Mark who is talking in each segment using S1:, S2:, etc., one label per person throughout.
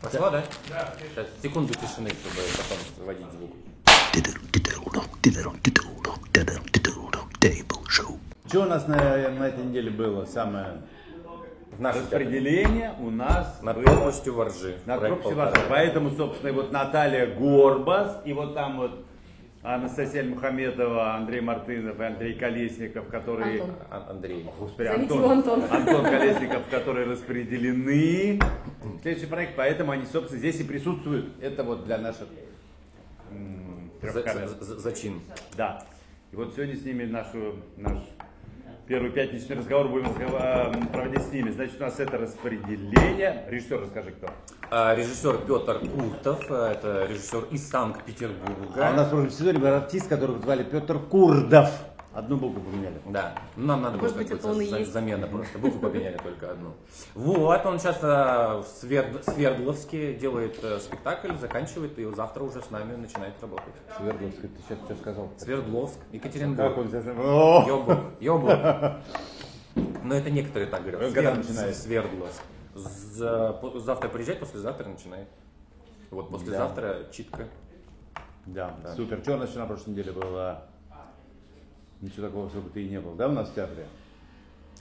S1: Пошла, да? Да. Сейчас, секунду тишины, чтобы потом заводить звук.
S2: Что у нас на, на этой неделе было самое?
S1: В нашей
S2: Распределение у нас
S1: Над
S2: было
S1: пропастью воржи.
S2: на
S1: Проект
S2: пропасть
S1: «Полтора».
S2: ваша. Поэтому, собственно, и вот Наталья Горбас, и вот там вот Анастасия Мухаметова, Андрей Мартынов и Андрей Колесников, которые...
S3: Антон.
S1: А- Андрей.
S2: Господи,
S3: Зовите
S2: Антон,
S3: его Антон.
S2: Антон Колесников, которые распределены. Следующий проект, поэтому они, собственно, здесь и присутствуют. Это вот для наших м, трех
S1: За-
S2: камер.
S1: за- за- Зачин.
S2: Да. И вот сегодня с ними нашу, наш первый пятничный разговор будем разгова- м, проводить с ними. Значит, у нас это распределение. Режиссер, расскажи, кто.
S1: А, Режиссер Петр Куртов, а, это режиссер из Санкт-Петербурга.
S2: А у нас в прошлом сезоне был артист, которого звали Петр Курдов. Одну букву поменяли.
S1: Да, ну, нам надо
S3: Может
S1: будет
S3: быть, это он и
S1: какую-то за-
S3: есть.
S1: замена просто. Букву поменяли только одну. Вот, он сейчас а, в Свер- Свердловске делает э, спектакль, заканчивает и завтра уже с нами начинает работать.
S2: Свердловский, ты сейчас что сказал?
S1: Свердловск,
S2: Как
S1: Екатеринбург.
S2: он сейчас... О!
S1: Ёбу, ёбу. Но это некоторые так говорят.
S2: Он когда
S1: Свер-
S2: начинает?
S1: Свердловск. За- по- Завтра приезжает, послезавтра начинает. Вот послезавтра читка.
S2: Да, супер. Что у нас еще на прошлой неделе было? Ничего такого, чтобы ты и не был, да, у нас в театре?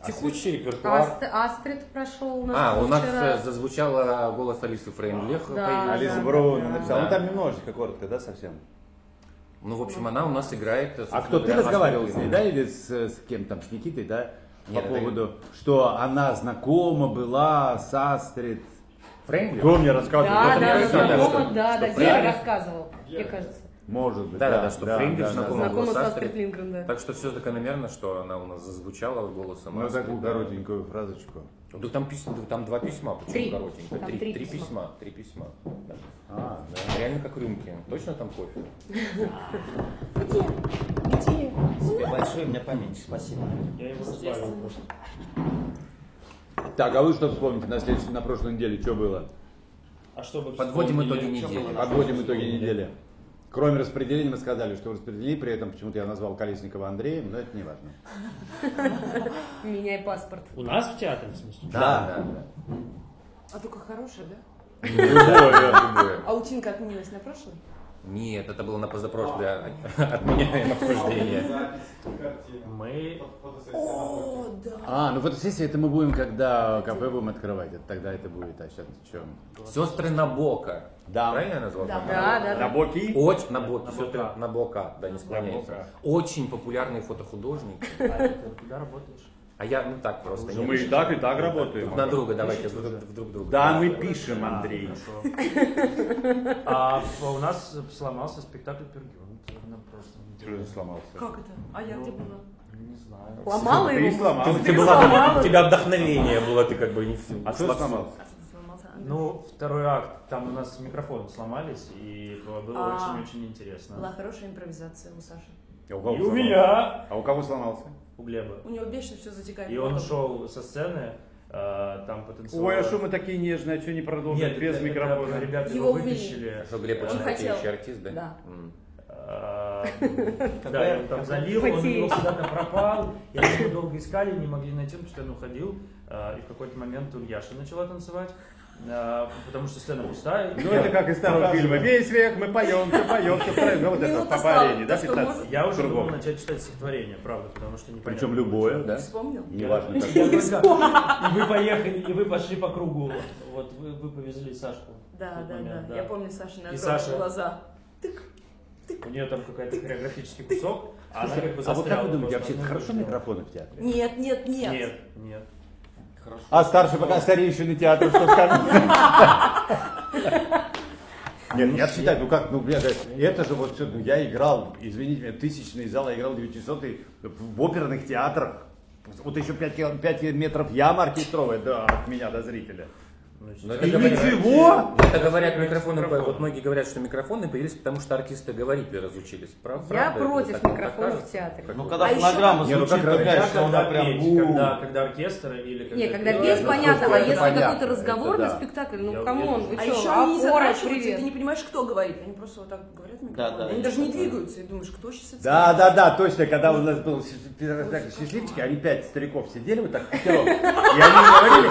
S2: А
S1: Текущий репертуар.
S3: Аст- Астрид прошел у нас
S1: А, у нас
S3: А, ну, вчера.
S1: э, зазвучала голос Алисы Фреймлих.
S3: Да.
S1: появился.
S2: Алиса
S3: да,
S2: Бурова
S3: да.
S2: написала. Ну
S1: Да.
S2: там немножечко коротко, да, совсем?
S1: Ну, в общем, она у нас играет... э,
S2: А кто ты
S1: собственно,
S2: разговаривал
S1: Машу
S2: с ней, да, или с, с кем там, с Никитой, да? По
S1: Нет, это-
S2: поводу, что она знакома была с Астрид.
S1: Фреймлих?
S2: Кто мне рассказывал?
S3: Да,
S1: Вот
S3: да,
S1: это
S3: она
S1: знакомо,
S3: знакома,
S1: что-
S3: да, да,
S1: что
S3: Гера
S1: правильно.
S3: рассказывал, мне кажется.
S2: Может быть,
S1: Да, да, да, что Фреймлих
S2: да,
S1: знакома
S2: да.
S1: была с
S3: Знакома с Астрид
S1: Ну, Астрид.
S3: Лингрен, да.
S1: Так что все закономерно, что она у нас зазвучала голосом.
S2: Ну,
S1: Астрид,
S2: такую
S1: да.
S2: коротенькую фразочку.
S1: Да там, письма, да там два письма, почему
S3: Три.
S1: коротенько?
S3: Там
S1: три,
S3: три
S1: три письма.
S3: письма.
S1: Три письма. Да.
S2: А, да.
S1: Реально как рюмки. Точно там кофе?
S4: Тебе большой, мне поменьше, спасибо.
S2: Так, а вы что вспомните на следующей, на прошлой неделе, что было?
S5: А что вы
S1: Подводим
S5: вспомнили?
S1: итоги
S5: В чем
S1: недели.
S5: было наше
S2: Подводим итоги
S5: вспомнили?
S2: недели. Кроме распределения мы сказали, что распределили, при этом почему-то я назвал Колесникова Андреем, но это не важно.
S3: Меняй паспорт.
S5: У нас в театре, в смысле?
S2: Да.
S1: да, да.
S6: А только хорошая, да?
S1: Любое.
S6: Аутинка отменилась на прошлой?
S1: Нет, это было на позапрошлое отменяемое обсуждение.
S5: Мы...
S6: О, да.
S2: А, ну фотосессия это мы будем, когда кафе будем открывать, это тогда это будет, а сейчас чем?
S1: Сестры Набока.
S2: Да.
S1: Правильно я назвал?
S3: Да, да, да.
S2: боки?
S1: Очень Набоки, сестры Набока, да, не склоняется. Очень популярные фотохудожники.
S4: Куда работаешь?
S1: А я, ну так просто.
S2: Ну
S1: не
S2: мы и
S1: решил.
S2: так, и так работаем.
S1: На друга давайте, вдруг, вдруг друга.
S2: Да, мы пишем, Андрей.
S4: А в- у нас сломался спектакль «Пергюнт» на прошлом
S2: Что
S4: неделе.
S2: же
S4: Ну,
S2: сломался?
S6: Как это? А я где была?
S4: Не знаю.
S3: Ломала
S2: Ты
S3: его?
S2: сломал.
S1: Ну, А Ты была, у тебя вдохновение было, ты как бы не в-
S2: А что
S1: шла-
S2: сломался?
S6: Сломался.
S4: Ну, второй акт, там у нас микрофоны сломались, и было
S6: А.
S4: очень-очень интересно.
S6: Была хорошая импровизация у Саши.
S2: А у
S4: И
S2: кого
S4: у
S2: сломался?
S4: меня,
S2: А у кого сломался?
S4: у Глеба.
S6: У него бешено все затекает.
S4: И он
S6: потом.
S4: шел со сцены, э, там потенциал...
S2: Ой, а что мы такие нежные, а что не продолжим
S4: Нет,
S2: без
S4: это- это
S2: микрофона?
S4: Ребята
S6: Его
S4: его
S6: увели.
S4: вытащили.
S1: Что, Глеб,
S4: Э,
S1: очень
S6: хотел.
S1: настоящий артист, да?
S6: Да.
S1: М.
S4: А, Да, он там залил, он
S3: Потеет.
S4: его куда-то пропал. И они его долго искали, не могли найти, он постоянно уходил. А, И в какой-то момент тут Яша начала танцевать, а, потому что сцена пустая.
S2: Ну это как из старого фильма. Весь век мы поем, все поем, все поем. Ну вот это
S6: Минута
S2: по
S6: славы,
S2: арене,
S6: то,
S2: да,
S6: что
S2: 15?
S6: может.
S4: Я уже
S2: Кругом.
S4: думал начать читать стихотворение, правда, потому что непонятно.
S2: Причем любое, да?
S6: Ты вспомнил?
S2: Неважно,
S4: Я
S2: какое.
S4: только- И вы поехали, и вы пошли по кругу. Вот вы, вы повезли Сашку. в
S6: Да,
S4: тот
S6: да,
S4: момент,
S6: да. Я помню Саши на
S4: Саша.
S6: глаза.
S4: У нее там какой-то хореографический кусок, а она как бы
S2: А вот как
S4: застряла
S2: вы думаете, вообще
S4: просто. Ну,
S2: хорошо
S4: ну,
S2: микрофоны в театре?
S6: Нет, нет, нет.
S4: Нет, нет.
S2: А старший пока стареющий на театр, что скажет? Нет, я считаю, ну как, ну, бля, это же вот все, ну, я играл, извините меня, тысячный зал, я играл 900 в оперных театрах. Вот еще 5, метров яма оркестровая, да, от меня до зрителя.
S4: Ну,
S1: Ну, это
S2: И
S1: говорят-
S2: ничего!
S1: Это говорят микрофоны, по- вот многие говорят, что микрофоны появились, потому что артисты говорить разучились. Прав-
S3: Я
S1: правда, это
S3: против
S1: так- так
S3: микрофонов
S1: кажется?
S3: в театре.
S4: Ну,
S3: А
S4: когда
S3: еще-
S4: фонограмма
S2: Не, ну,
S4: звучит
S2: как
S4: такая,
S2: раз,
S4: что она
S2: когда
S4: прям...
S2: петь,
S4: когда, когда оркестр или когда...
S3: Не, когда
S4: пела,
S3: петь,
S4: ну,
S3: понятно,
S2: слушай,
S3: а
S2: это
S3: если
S2: понятно,
S3: какой-то
S2: это
S3: разговорный
S2: да.
S3: спектакль,
S4: Я-
S3: ну, камон, вы
S6: А
S3: чё,
S6: еще они не
S3: опора,
S6: затрачиваются, и ты
S3: привет.
S6: не понимаешь, кто говорит. Они просто вот так говорят в микрофон.
S4: да,
S6: Они
S4: я
S6: даже не
S4: понимаю.
S6: двигаются. И думаешь, кто сейчас это
S2: Да, да, да, точно, когда у нас был спектакль «Счастливчики», они пятеро стариков сидели вот так пятером, и они говорили,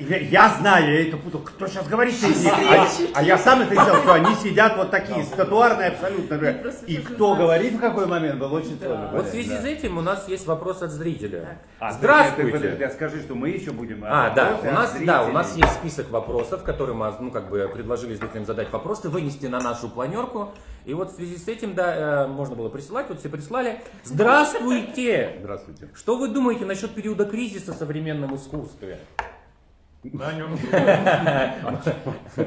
S2: и я, я знаю я это путал. Кто сейчас говорит из них? А, а я сам это сделал, что они сидят вот такие, статуарные абсолютно.
S6: Я
S2: например.
S6: просто
S2: И
S6: тоже
S2: кто
S6: знаю.
S2: говорит в какой момент, был очень сложно.
S1: Вот в связи
S2: понять,
S1: с
S2: да.
S1: этим у нас есть вопрос от зрителя.
S2: А, ты-
S1: Здравствуйте!
S2: ты подожди, а скажи, что мы еще будем...
S1: А, да,
S2: вопросы
S1: у
S2: от
S1: нас, да, у
S2: зрителей.
S1: нас есть список вопросов, которые мы, ну, как бы, предложили зрителям задать вопросы, вынести на нашу планерку. И вот в связи с этим, да, э, можно было присылать, вот все прислали. Здравствуйте!
S2: Здравствуйте.
S1: Что вы думаете насчет периода кризиса в современном искусстве?
S4: На нем.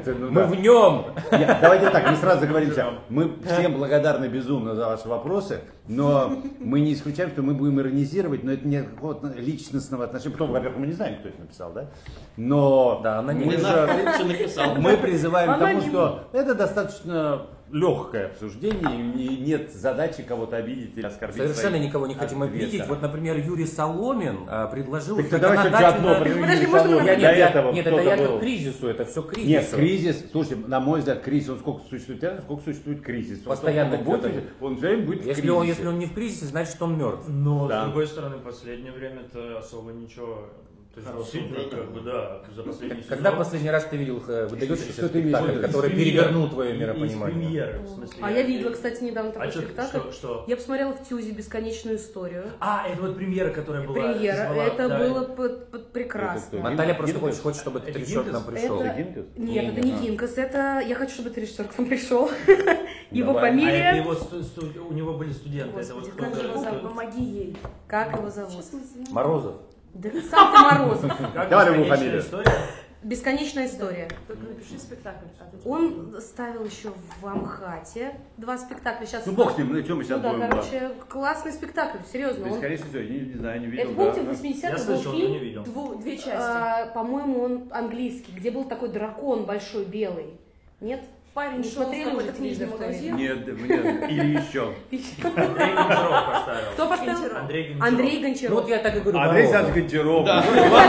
S2: ну
S1: Мы в нем!
S2: Я- Давайте так, мы сразу договоримся. Мы всем благодарны безумно за ваши вопросы, но мы не исключаем, что мы будем иронизировать, но это не какого-то личностного отношения. Потом, во-первых, мы не знаем, кто это написал, да? Но
S1: Да, аноним.
S2: мы,
S1: Ты
S2: же,
S5: написал.
S2: мы призываем к тому,
S6: Аноним.
S2: что это достаточно легкое обсуждение, и нет задачи кого-то обидеть или оскорбить.
S1: Совершенно
S2: своим
S1: никого не хотим
S2: ответом.
S1: обидеть. Вот, например, Юрий Соломин а, предложил...
S2: Так ты давай все одно
S1: законодательно- Ну,
S2: призови
S6: Подожди,
S2: не
S6: можно
S2: Соломина.
S1: Нет,
S2: До
S1: нет, я-
S2: этого
S1: нет, это
S2: кто-то
S1: я
S2: был.
S1: к кризису, это все кризис.
S2: Нет, кризис, слушай, на мой взгляд, кризис, он сколько существует, театр, сколько существует кризис. Он
S1: Постоянно
S2: сколько будет,
S1: идет.
S2: он все время будет в
S1: Если он,
S2: кризисе. Ну,
S1: если он не в кризисе, значит он мертв.
S4: Но,
S2: Да.
S4: с другой стороны, в последнее время это особо ничего... То есть, действительно, как бы, да, за последний
S1: Когда
S4: сезон-
S1: последний раз ты видел э, выдающийся
S2: Что ты имеешь в
S1: спектакль,
S2: виду?
S1: который
S4: Из премьеры.
S1: перевернул твое
S4: Из
S1: миропонимание?
S4: премьеры, в смысле.
S3: А я видела, кстати, недавно такой
S4: А чё-
S3: спектакль.
S4: что- что?
S3: Я посмотрела в Тюзе бесконечную историю.
S4: А, это вот премьера, которая была.
S3: Премьера.
S4: звала-
S3: это
S4: да, А
S3: было под- под
S2: Это кто?
S3: прекрасно.
S1: Наталья
S2: Гинкас?
S1: просто
S2: Гинкас?
S1: хочет, хочет, чтобы этот
S4: Это
S1: режиссер к
S4: Гинкас?
S1: нам пришел.
S3: Это-
S2: Гинкас?
S3: Нет, это не
S1: Гинкас.
S3: Гинкас, это... Я хочу, чтобы этот режиссер к нам пришел. Его
S2: Давай.
S4: А это
S3: фамилия...
S4: его сту- сту- у него были студенты. это вот
S6: Господи, как же его
S4: кто-то-
S6: зовут? Помоги ей.
S3: Как его зовут?
S6: Сейчас мы знаем.
S1: Морозов.
S3: Да сам ты Морозов.
S4: Как
S2: Давай его
S4: бесконечная
S2: фамилию.
S4: история.
S3: Бесконечная история.
S6: Только напиши спектакль. а то тебе
S3: Он ставил еще в Амхате два спектакля. Сейчас...
S2: Ну бог с ним, ну что мы
S3: Ну
S2: сейчас
S3: да,
S2: будем...
S3: короче, классный спектакль, серьезно. Он-
S2: Бесконечно все, не, не знаю, не видел.
S3: Это помните, в
S2: да.
S3: 80-х
S4: Я
S3: был
S4: слышал, но
S3: фильм,
S4: не видел.
S6: Дву- Две части.
S3: а, по-моему, он английский, где был такой дракон большой белый. Нет?
S6: Парень
S3: не
S6: шел в
S3: смотрели уже
S6: какой-то книжный
S3: «Книжный
S6: магазин.
S2: Нет, нет, или еще.
S4: Андрей Гончаров поставил.
S3: Кто поставил?
S4: Андрей Гончаров.
S3: Андрей
S1: Ну вот
S3: Гончаров.
S1: я так и говорю.
S2: Андрей
S1: Морозов.
S2: Александрович Гончаров,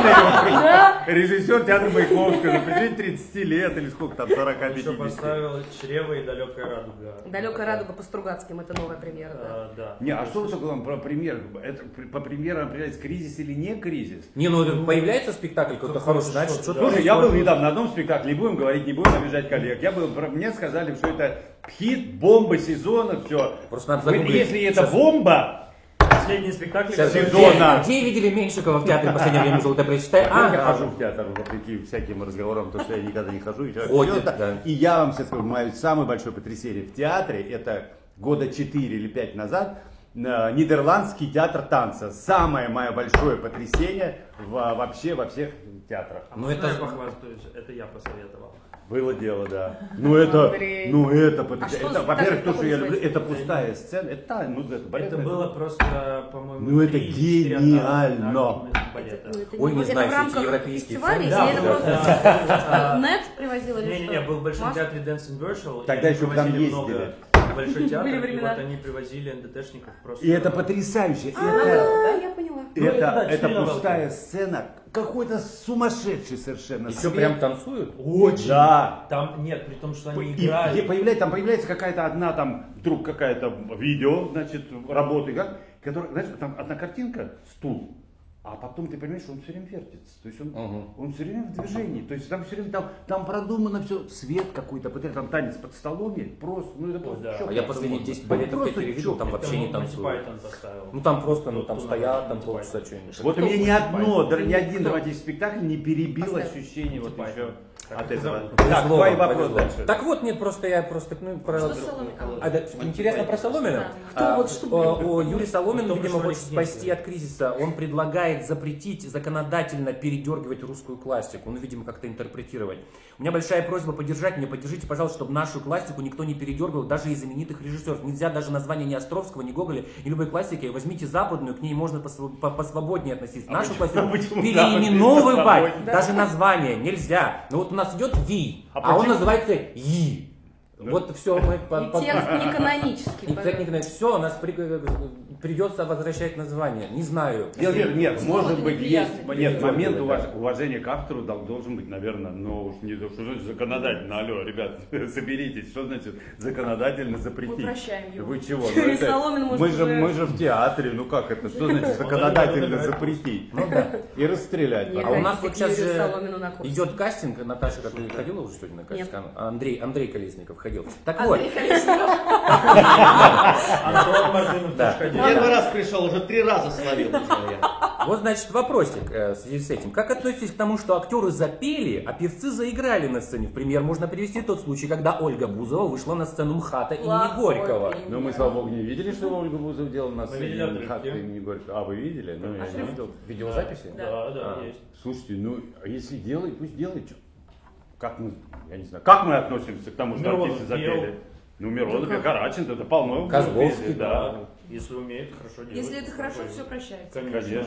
S3: Да.
S2: режиссер театра Маяковского, на протяжении 30 лет или сколько там,
S4: Еще
S2: 40-50.
S4: поставил Чрево и Далекая радуга.
S3: Далекая радуга по Стругацким, это новая премьера, да.
S4: А, Да.
S2: Не, а что вы только вам про премьер? Это при- по премьерам определяется кризис или не кризис?
S1: Не, ну это появляется спектакль какой-то
S4: Какой-то
S1: хороший, значит
S4: что-то,
S1: что-то...
S4: да.
S2: Слушай, я был недавно на одном спектакле, не будем говорить, не будем обижать коллег. Я был, про- мне сказали, что это хит, бомба сезона, все.
S1: Просто надо загуглить.
S2: Если это
S1: Сейчас.
S2: бомба,
S4: Последний спектакль,
S1: Сейчас
S4: который-
S1: где-
S2: сезона.
S1: Где видели Меньшикова в театре в последнее время, желтое прочитай?
S2: Во-первых, я
S1: А,
S2: хожу в театр, вопреки всяким разговорам, то, что я никогда не хожу. И, человек
S1: Ходит,
S2: идет,
S1: да.
S2: и я вам сейчас скажу, мое самое большое потрясение в театре, это года 4 или 5 назад, на- Нидерландский театр танца. Самое мое большое потрясение во- вообще во всех театрах.
S4: А можно
S1: ну, это-
S4: я похвастаюсь? Это я посоветовал.
S2: Было дело, да. Ну это,
S3: Андрей.
S2: ну это,
S3: А что
S2: потрясающе.
S3: за
S2: Это, во-первых,
S3: спектакль?
S2: то, что я
S3: Какой
S2: люблю, это
S3: называется?
S2: пустая сцена, это, та- ну это, балет,
S4: Это было просто, по-моему,
S2: Ну, это
S4: три или четыре
S2: гениально.
S4: одного- одного балета.
S3: Ну, это
S1: Ой, не
S3: это
S1: знаю,
S3: в
S1: все эти
S3: рамках
S1: европейские
S3: фестиваля,
S1: фильмы.
S4: Да,
S3: или это
S4: да,
S3: просто
S4: да.
S3: что, Нет привозила или
S4: Не-не-не,
S3: что?
S4: был в Большом
S3: Маска?
S4: театре Dance and Virtual. и
S2: Тогда
S4: они
S2: еще к нам
S4: привозили
S2: ездили.
S4: много в Большой театр,
S3: Были
S4: и
S3: времена.
S4: вот они привозили НДТшников просто.
S2: И это потрясающе. Это-
S3: А, я поняла.
S2: Это,
S4: Ну, это да,
S2: это
S4: членовал.
S2: пустая сцена, какой-то сумасшедший совершенно.
S1: Еще
S2: свет.
S1: прям танцуют?
S4: Очень.
S2: Да.
S4: Там нет, при том, что
S2: И,
S4: они
S2: и
S4: играли.
S2: появляется, там появляется какая-то одна там, вдруг какая-то видео, значит, работы, как, которая, знаешь, там одна картинка, стул, а потом ты понимаешь, что он все время вертится. То есть он,
S1: Мгм.
S2: он все время в движении. То есть там все время там, там продумано все, свет какой-то, потрясающий, там танец под столом, есть, просто, ну это просто
S4: да.
S2: чё,
S1: А я
S2: просто
S1: последние
S2: можно.
S1: 10
S2: Ну,
S1: балетов
S2: просто
S1: Питера видел,
S2: чё.
S1: там
S4: Это
S1: вообще не
S4: Monty
S1: танцуют.
S4: Python поставил.
S1: Ну там просто, ну там
S4: Тут
S1: стоят,
S4: надо
S1: там
S4: Monty
S1: полчаса
S4: Python.
S1: что-нибудь.
S2: Вот у меня ни одно,
S4: Кто?
S2: др- ни один драматический спектакль не перебил
S3: Поставил.
S2: ощущение вот
S4: Типа.
S2: еще
S4: Так,
S2: от
S4: это
S2: этого.
S4: забыл.
S2: Так,
S1: Повезло
S2: твой
S1: вам,
S2: вопрос
S1: повезло.
S2: дальше.
S1: Так вот, нет, просто я просто, ну, про...
S6: Что с Соломином?
S1: А, да, интересно про Соломина.
S6: Кто
S1: А,
S6: вот что-
S2: э,
S1: о, о, Юрий Соломин,
S4: Кто
S1: видимо,
S4: пришел
S1: хочет
S4: из
S1: спасти
S4: Греции?
S1: от кризиса. Он предлагает запретить законодательно передергивать русскую классику. Ну, видимо, как-то интерпретировать. У меня большая просьба поддержать меня. Поддержите, пожалуйста, чтобы нашу классику никто не передергивал, даже из именитых режиссеров. Нельзя даже название ни Островского, ни Гоголя, ни любой классики. Возьмите западную, к ней можно посв- по- посвободнее относиться. нашу
S2: А почему-
S1: классику
S2: почему
S1: переименовывать
S2: западную?
S1: даже название нельзя. Ну, вот у нас идет Ви,
S2: А
S1: а он
S2: почему?
S1: называется И. Вот все, мы по-
S3: И
S1: по-
S3: текст не канонический.
S6: типа.
S1: И так не все, у нас при- придется возвращать название. Не знаю.
S2: Нет, нет, нет,
S3: Слово
S2: может быть,
S3: неприятное.
S2: есть нет, момент
S1: Да.
S2: уваж- уважения к автору дол- должен быть, наверное, но уж не что значит законодательно. Алло, ребят, соберитесь, что значит законодательно запретить?
S6: Мы прощаем его.
S2: Вы чего?
S6: Юрий
S2: Ну, это-
S6: Соломин, может,
S2: мы же,
S6: уже-
S2: мы же в театре, ну как это? Что значит законодательно запретить?
S1: Ну да.
S2: И расстрелять.
S3: Не
S1: А у
S2: потом.
S1: нас
S3: ходите
S1: вот
S3: к
S1: сейчас
S3: Юрию
S1: же
S3: Соломину на курсы.
S1: Идет кастинг, Наташа, как ты ходила уже сегодня на кастинг?
S3: Нет.
S1: А, Андрей, Андрей Колесников ходил. Так
S6: Андрей
S1: вот,
S6: Колесников.
S4: Антон А Мартынов
S1: Да.
S4: тоже ходил.
S7: Первый
S1: Ну,
S7: раз пришел, уже три раза словил. уже я.
S1: вот значит вопросик э, в связи с этим. Как относитесь к тому, что актеры запели, а певцы заиграли на сцене? В пример можно привести тот случай, когда Ольга Бузова вышла на сцену МХАТа имени
S6: Плохой
S1: Горького.
S6: пример.
S2: Но мы, слава богу, не видели, что Ольга Бузов делала на
S4: видели
S2: сцене.
S4: отрывки.
S2: Как ты не говоришь? А, вы видели? Ну, я не видел.
S1: Видеозаписи?
S4: Да, да,
S1: А.
S4: есть.
S2: Слушайте, ну, а если делает, пусть делает. Чё? Как мы, я не знаю, как мы относимся к тому, что
S4: Миронов
S2: артисты
S4: пел.
S2: запели? Ну, Миронов, и Карачин, это полно.
S1: Козловский,
S2: пели, да.
S4: Если умеет, хорошо делает.
S6: Если это хорошо,
S4: Спокойно.
S6: все прощается.
S2: Конечно.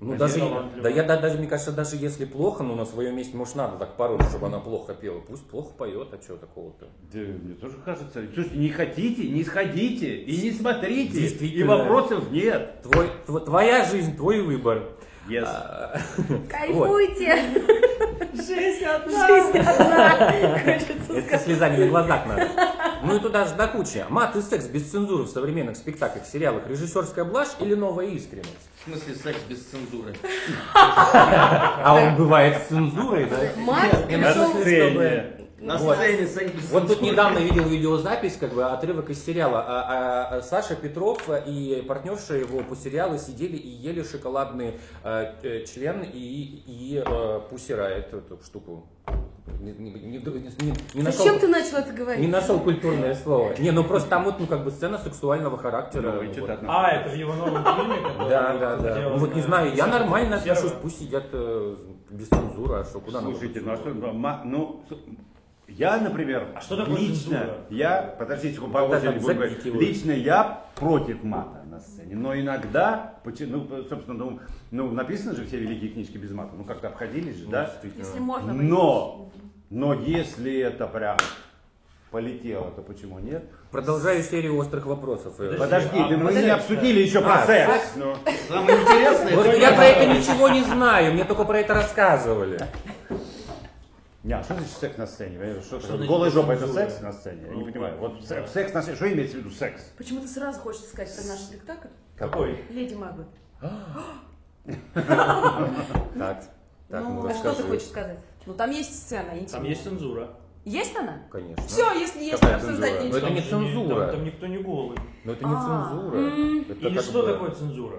S1: Ну
S4: Они
S1: даже,
S4: талантливые.
S1: да я да, даже, мне кажется, даже если плохо, но на своем месте, может, надо так пороть, чтобы она плохо пела. Пусть плохо поет, а чего такого-то?
S2: Да, мне тоже кажется. Слушайте, не хотите, не сходите и не смотрите. И
S1: Действительно.
S2: вопросов нет.
S1: Твой, тв- твоя жизнь, твой выбор.
S2: Yes.
S1: А,
S3: Кайфуйте!
S6: Жизнь одна.
S3: Жизнь одна! Хочется
S1: Это со
S3: сказать.
S1: слезами на глазах надо. Ну и туда же до кучи. Мат и секс без цензуры в современных спектаклях, сериалах, режиссерская блажь или новая искренность?
S7: В смысле, секс без цензуры.
S1: А он бывает с цензурой, да?
S3: Макс
S2: на
S3: пришел
S2: сцене.
S7: На
S1: Вот.
S7: сцене секс без
S1: Вот
S7: цензуры.
S1: тут недавно видел видеозапись, как бы отрывок из сериала. А, а, а Саша Петров и партнерша его по сериалу сидели и ели шоколадный э, э, член и, и э, пусирает эту штуку. Не, не- не- не- не нашел-
S3: Зачем ты начал это
S1: Не
S3: говорить?
S1: нашел культурное слово. Не, ну просто там вот, ну как бы сцена сексуального характера.
S2: Ну, и чё
S1: Вот.
S2: ты от нас?
S4: А, это в его новом фильме, который
S1: Да,
S4: он
S1: да, да.
S4: делал
S1: Ну вот не
S4: на-
S1: знаю, я
S4: Серого-
S1: нормально
S4: Серого.
S1: отношусь, пусть сидят э, без цензуры, а что, куда нам
S2: Слушайте,
S1: без
S2: ну а
S1: цензуры?
S2: что, ну, ма- ну, с- я, например,
S4: А что такое цензура?
S2: лично, я, подождите, по
S1: Вот
S2: очереди
S1: это
S2: буду говорить.
S1: запикивают.
S2: лично я против мата на сцене, но иногда, почи- ну, собственно, ну, ну, написаны же все великие книжки без мата, ну, как-то обходились же, да?
S6: Если можно.
S2: Но, но если это прям полетело, то почему нет?
S1: Продолжаю серию острых вопросов. Э,
S2: Подожди,
S4: а
S2: ты- мы
S4: подожди,
S2: не обсудили еще про
S1: А,
S2: секс. ну.
S7: Самое интересное,
S1: Вот
S7: то
S1: я про это ничего не знаю, мне только про это рассказывали.
S2: Не, а что значит секс на сцене? Я говорю, Что, такое?
S4: значит
S2: голая жопа это
S4: цензура?
S2: секс на сцене? Я не
S4: Ну,
S2: понимаю. Вот
S4: да.
S2: се- секс на сцене, что имеется в виду секс?
S6: Почему-то сразу хочется сказать про наш спектакль.
S4: Какой?
S6: Леди Макбет.
S1: Так, так, ну,
S6: Ну, а что
S1: расскажи.
S6: ты хочешь сказать? Ну там есть сцена
S4: Там
S6: интимная.
S4: есть цензура.
S6: Есть она?
S1: Конечно.
S6: Все, если есть,
S1: Какая
S6: обсуждать
S1: цензура? Ну, это
S6: нечего.
S4: Там
S1: не
S4: же
S1: цензура.
S4: Там, там никто не голый.
S1: Но это не
S6: А,
S1: цензура. Это
S4: Или
S1: как
S4: что
S1: бы-
S4: такое цензура?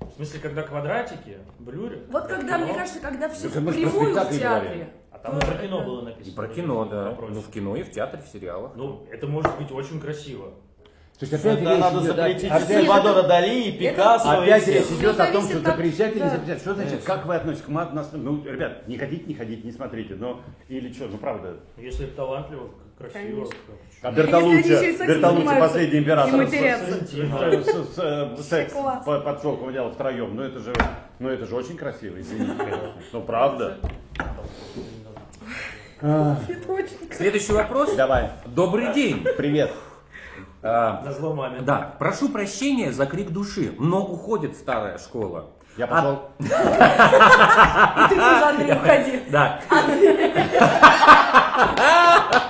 S4: В смысле, когда квадратики, блюри?
S6: Вот когда, мне кажется, когда все
S2: Это мы же про
S6: впрямую в
S2: спектакль
S6: театре.
S4: А там и
S6: то
S4: про кино
S6: это-
S4: было
S1: И
S4: написано.
S1: про кино, да.
S4: Вопрос.
S1: Ну, в кино и в театре, в сериалах.
S4: Ну, это может быть очень красиво.
S2: То есть опять
S7: тогда
S2: речь
S7: надо
S2: идет, Ну, да,
S7: запретить и
S2: опять-
S7: Сальвадора Дали, и Пикассо, и
S2: Опять
S7: всех.
S2: речь идет о том,
S6: зависит
S2: что
S6: от-
S2: запрещать или
S6: да.
S2: запрещать. Что значит, как вы относитесь к мат на сцене? Ну, ребят, не ходите, не ходите, не смотрите. Но или что, ну правда.
S4: Если это талантливо, к- красиво.
S3: Конечно.
S2: А
S3: Если они еще и
S2: Бертолуччи,
S3: сексом
S2: Бертолуччи
S3: занимаются
S2: последний император.
S3: и матерятся.
S2: с- Ну, с- с- э, Секс
S3: Класс.
S2: по- под шелком делал втроем. Ну это же, ну это же очень красиво, извините, конечно. Ну правда.
S3: Это очень
S1: Следующий вопрос.
S2: Давай,
S1: Добрый день.
S2: привет.
S1: А,
S4: На зло маме.
S1: да, прошу прощения за крик души, но уходит старая школа.
S2: Я
S1: А-
S2: пошел.
S3: Ты тоже, Андрей, уходи.
S1: Да.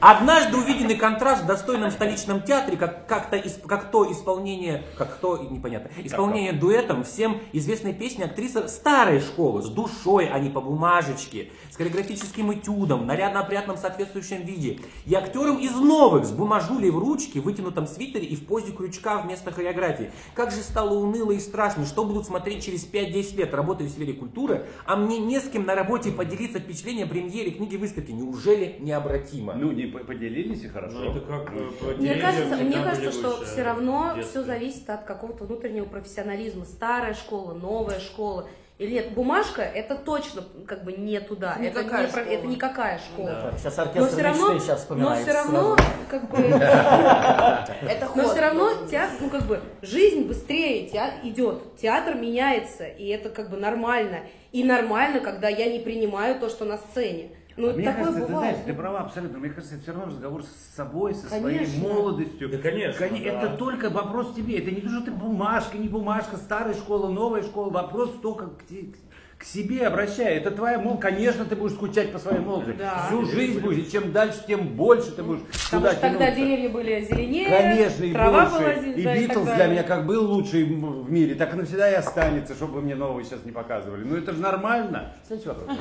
S1: Однажды увиденный контраст в достойном столичном театре, как, как-то исп- как то исполнение, как то, и непонятно, исполнение дуэтом всем известной песни актриса старой школы, с душой, а не по бумажечке, с хореографическим этюдом, нарядно-опрятном соответствующем виде, и актером из новых, с бумажулей в ручке, вытянутом свитере и в позе крючка вместо хореографии. Как же стало уныло и страшно, что будут смотреть через 5-10 лет, работаю в сфере культуры, а мне не с кем на работе поделиться впечатлением премьере книги выставки. Неужели необратимо?
S2: Ну не по- поделились и хорошо.
S4: Ну, это как... э, про
S3: Мне
S4: деревья
S3: кажется,
S4: всегда
S3: мне
S4: были
S3: кажется, что
S4: выше
S3: все равно
S4: в детстве.
S3: все зависит от какого-то внутреннего профессионализма. Старая школа, новая школа. Или нет, бумажка это точно как бы не туда.
S6: Это не
S3: Это,
S6: такая
S3: не, про-
S6: школа.
S3: это никакая школа.
S5: Сейчас
S3: Но
S5: оркестр
S3: все равно,
S5: мечты сейчас
S3: но
S5: вспоминает.
S3: все равно, как бы,
S6: Это ход.
S3: Но все равно театр, ну как бы жизнь быстрее теа- идет, театр меняется, и это как бы нормально. И нормально, когда я не принимаю то, что на сцене. Ну,
S2: А мне
S3: такое
S2: кажется, ты
S3: бывает.
S2: знаешь, ты права абсолютно. Мне кажется, это все равно разговор с собой, со
S3: Конечно.
S2: своей молодостью.
S4: Да, конечно,
S2: Коне-
S4: да.
S2: Это только вопрос тебе. Это не то, что ты бумажка, не бумажка, старая школа, новая школа. Вопрос только к, те- к себе обращай. Это твоя мол, конечно, ты будешь скучать по своей молодости.
S3: Да.
S2: Всю жизнь будешь. И чем дальше, тем больше ты будешь
S3: Потому
S2: туда
S3: что тогда
S2: тянуться.
S3: деревья были зеленее,
S2: Конечно, и
S3: трава
S2: больше.
S3: была зеленее.
S2: и
S3: да, так
S2: Битлз для
S3: далее.
S2: меня как был лучший м- в мире, так и навсегда и останется, чтобы вы мне нового сейчас не показывали. Ну это же нормально. Следующий вопрос.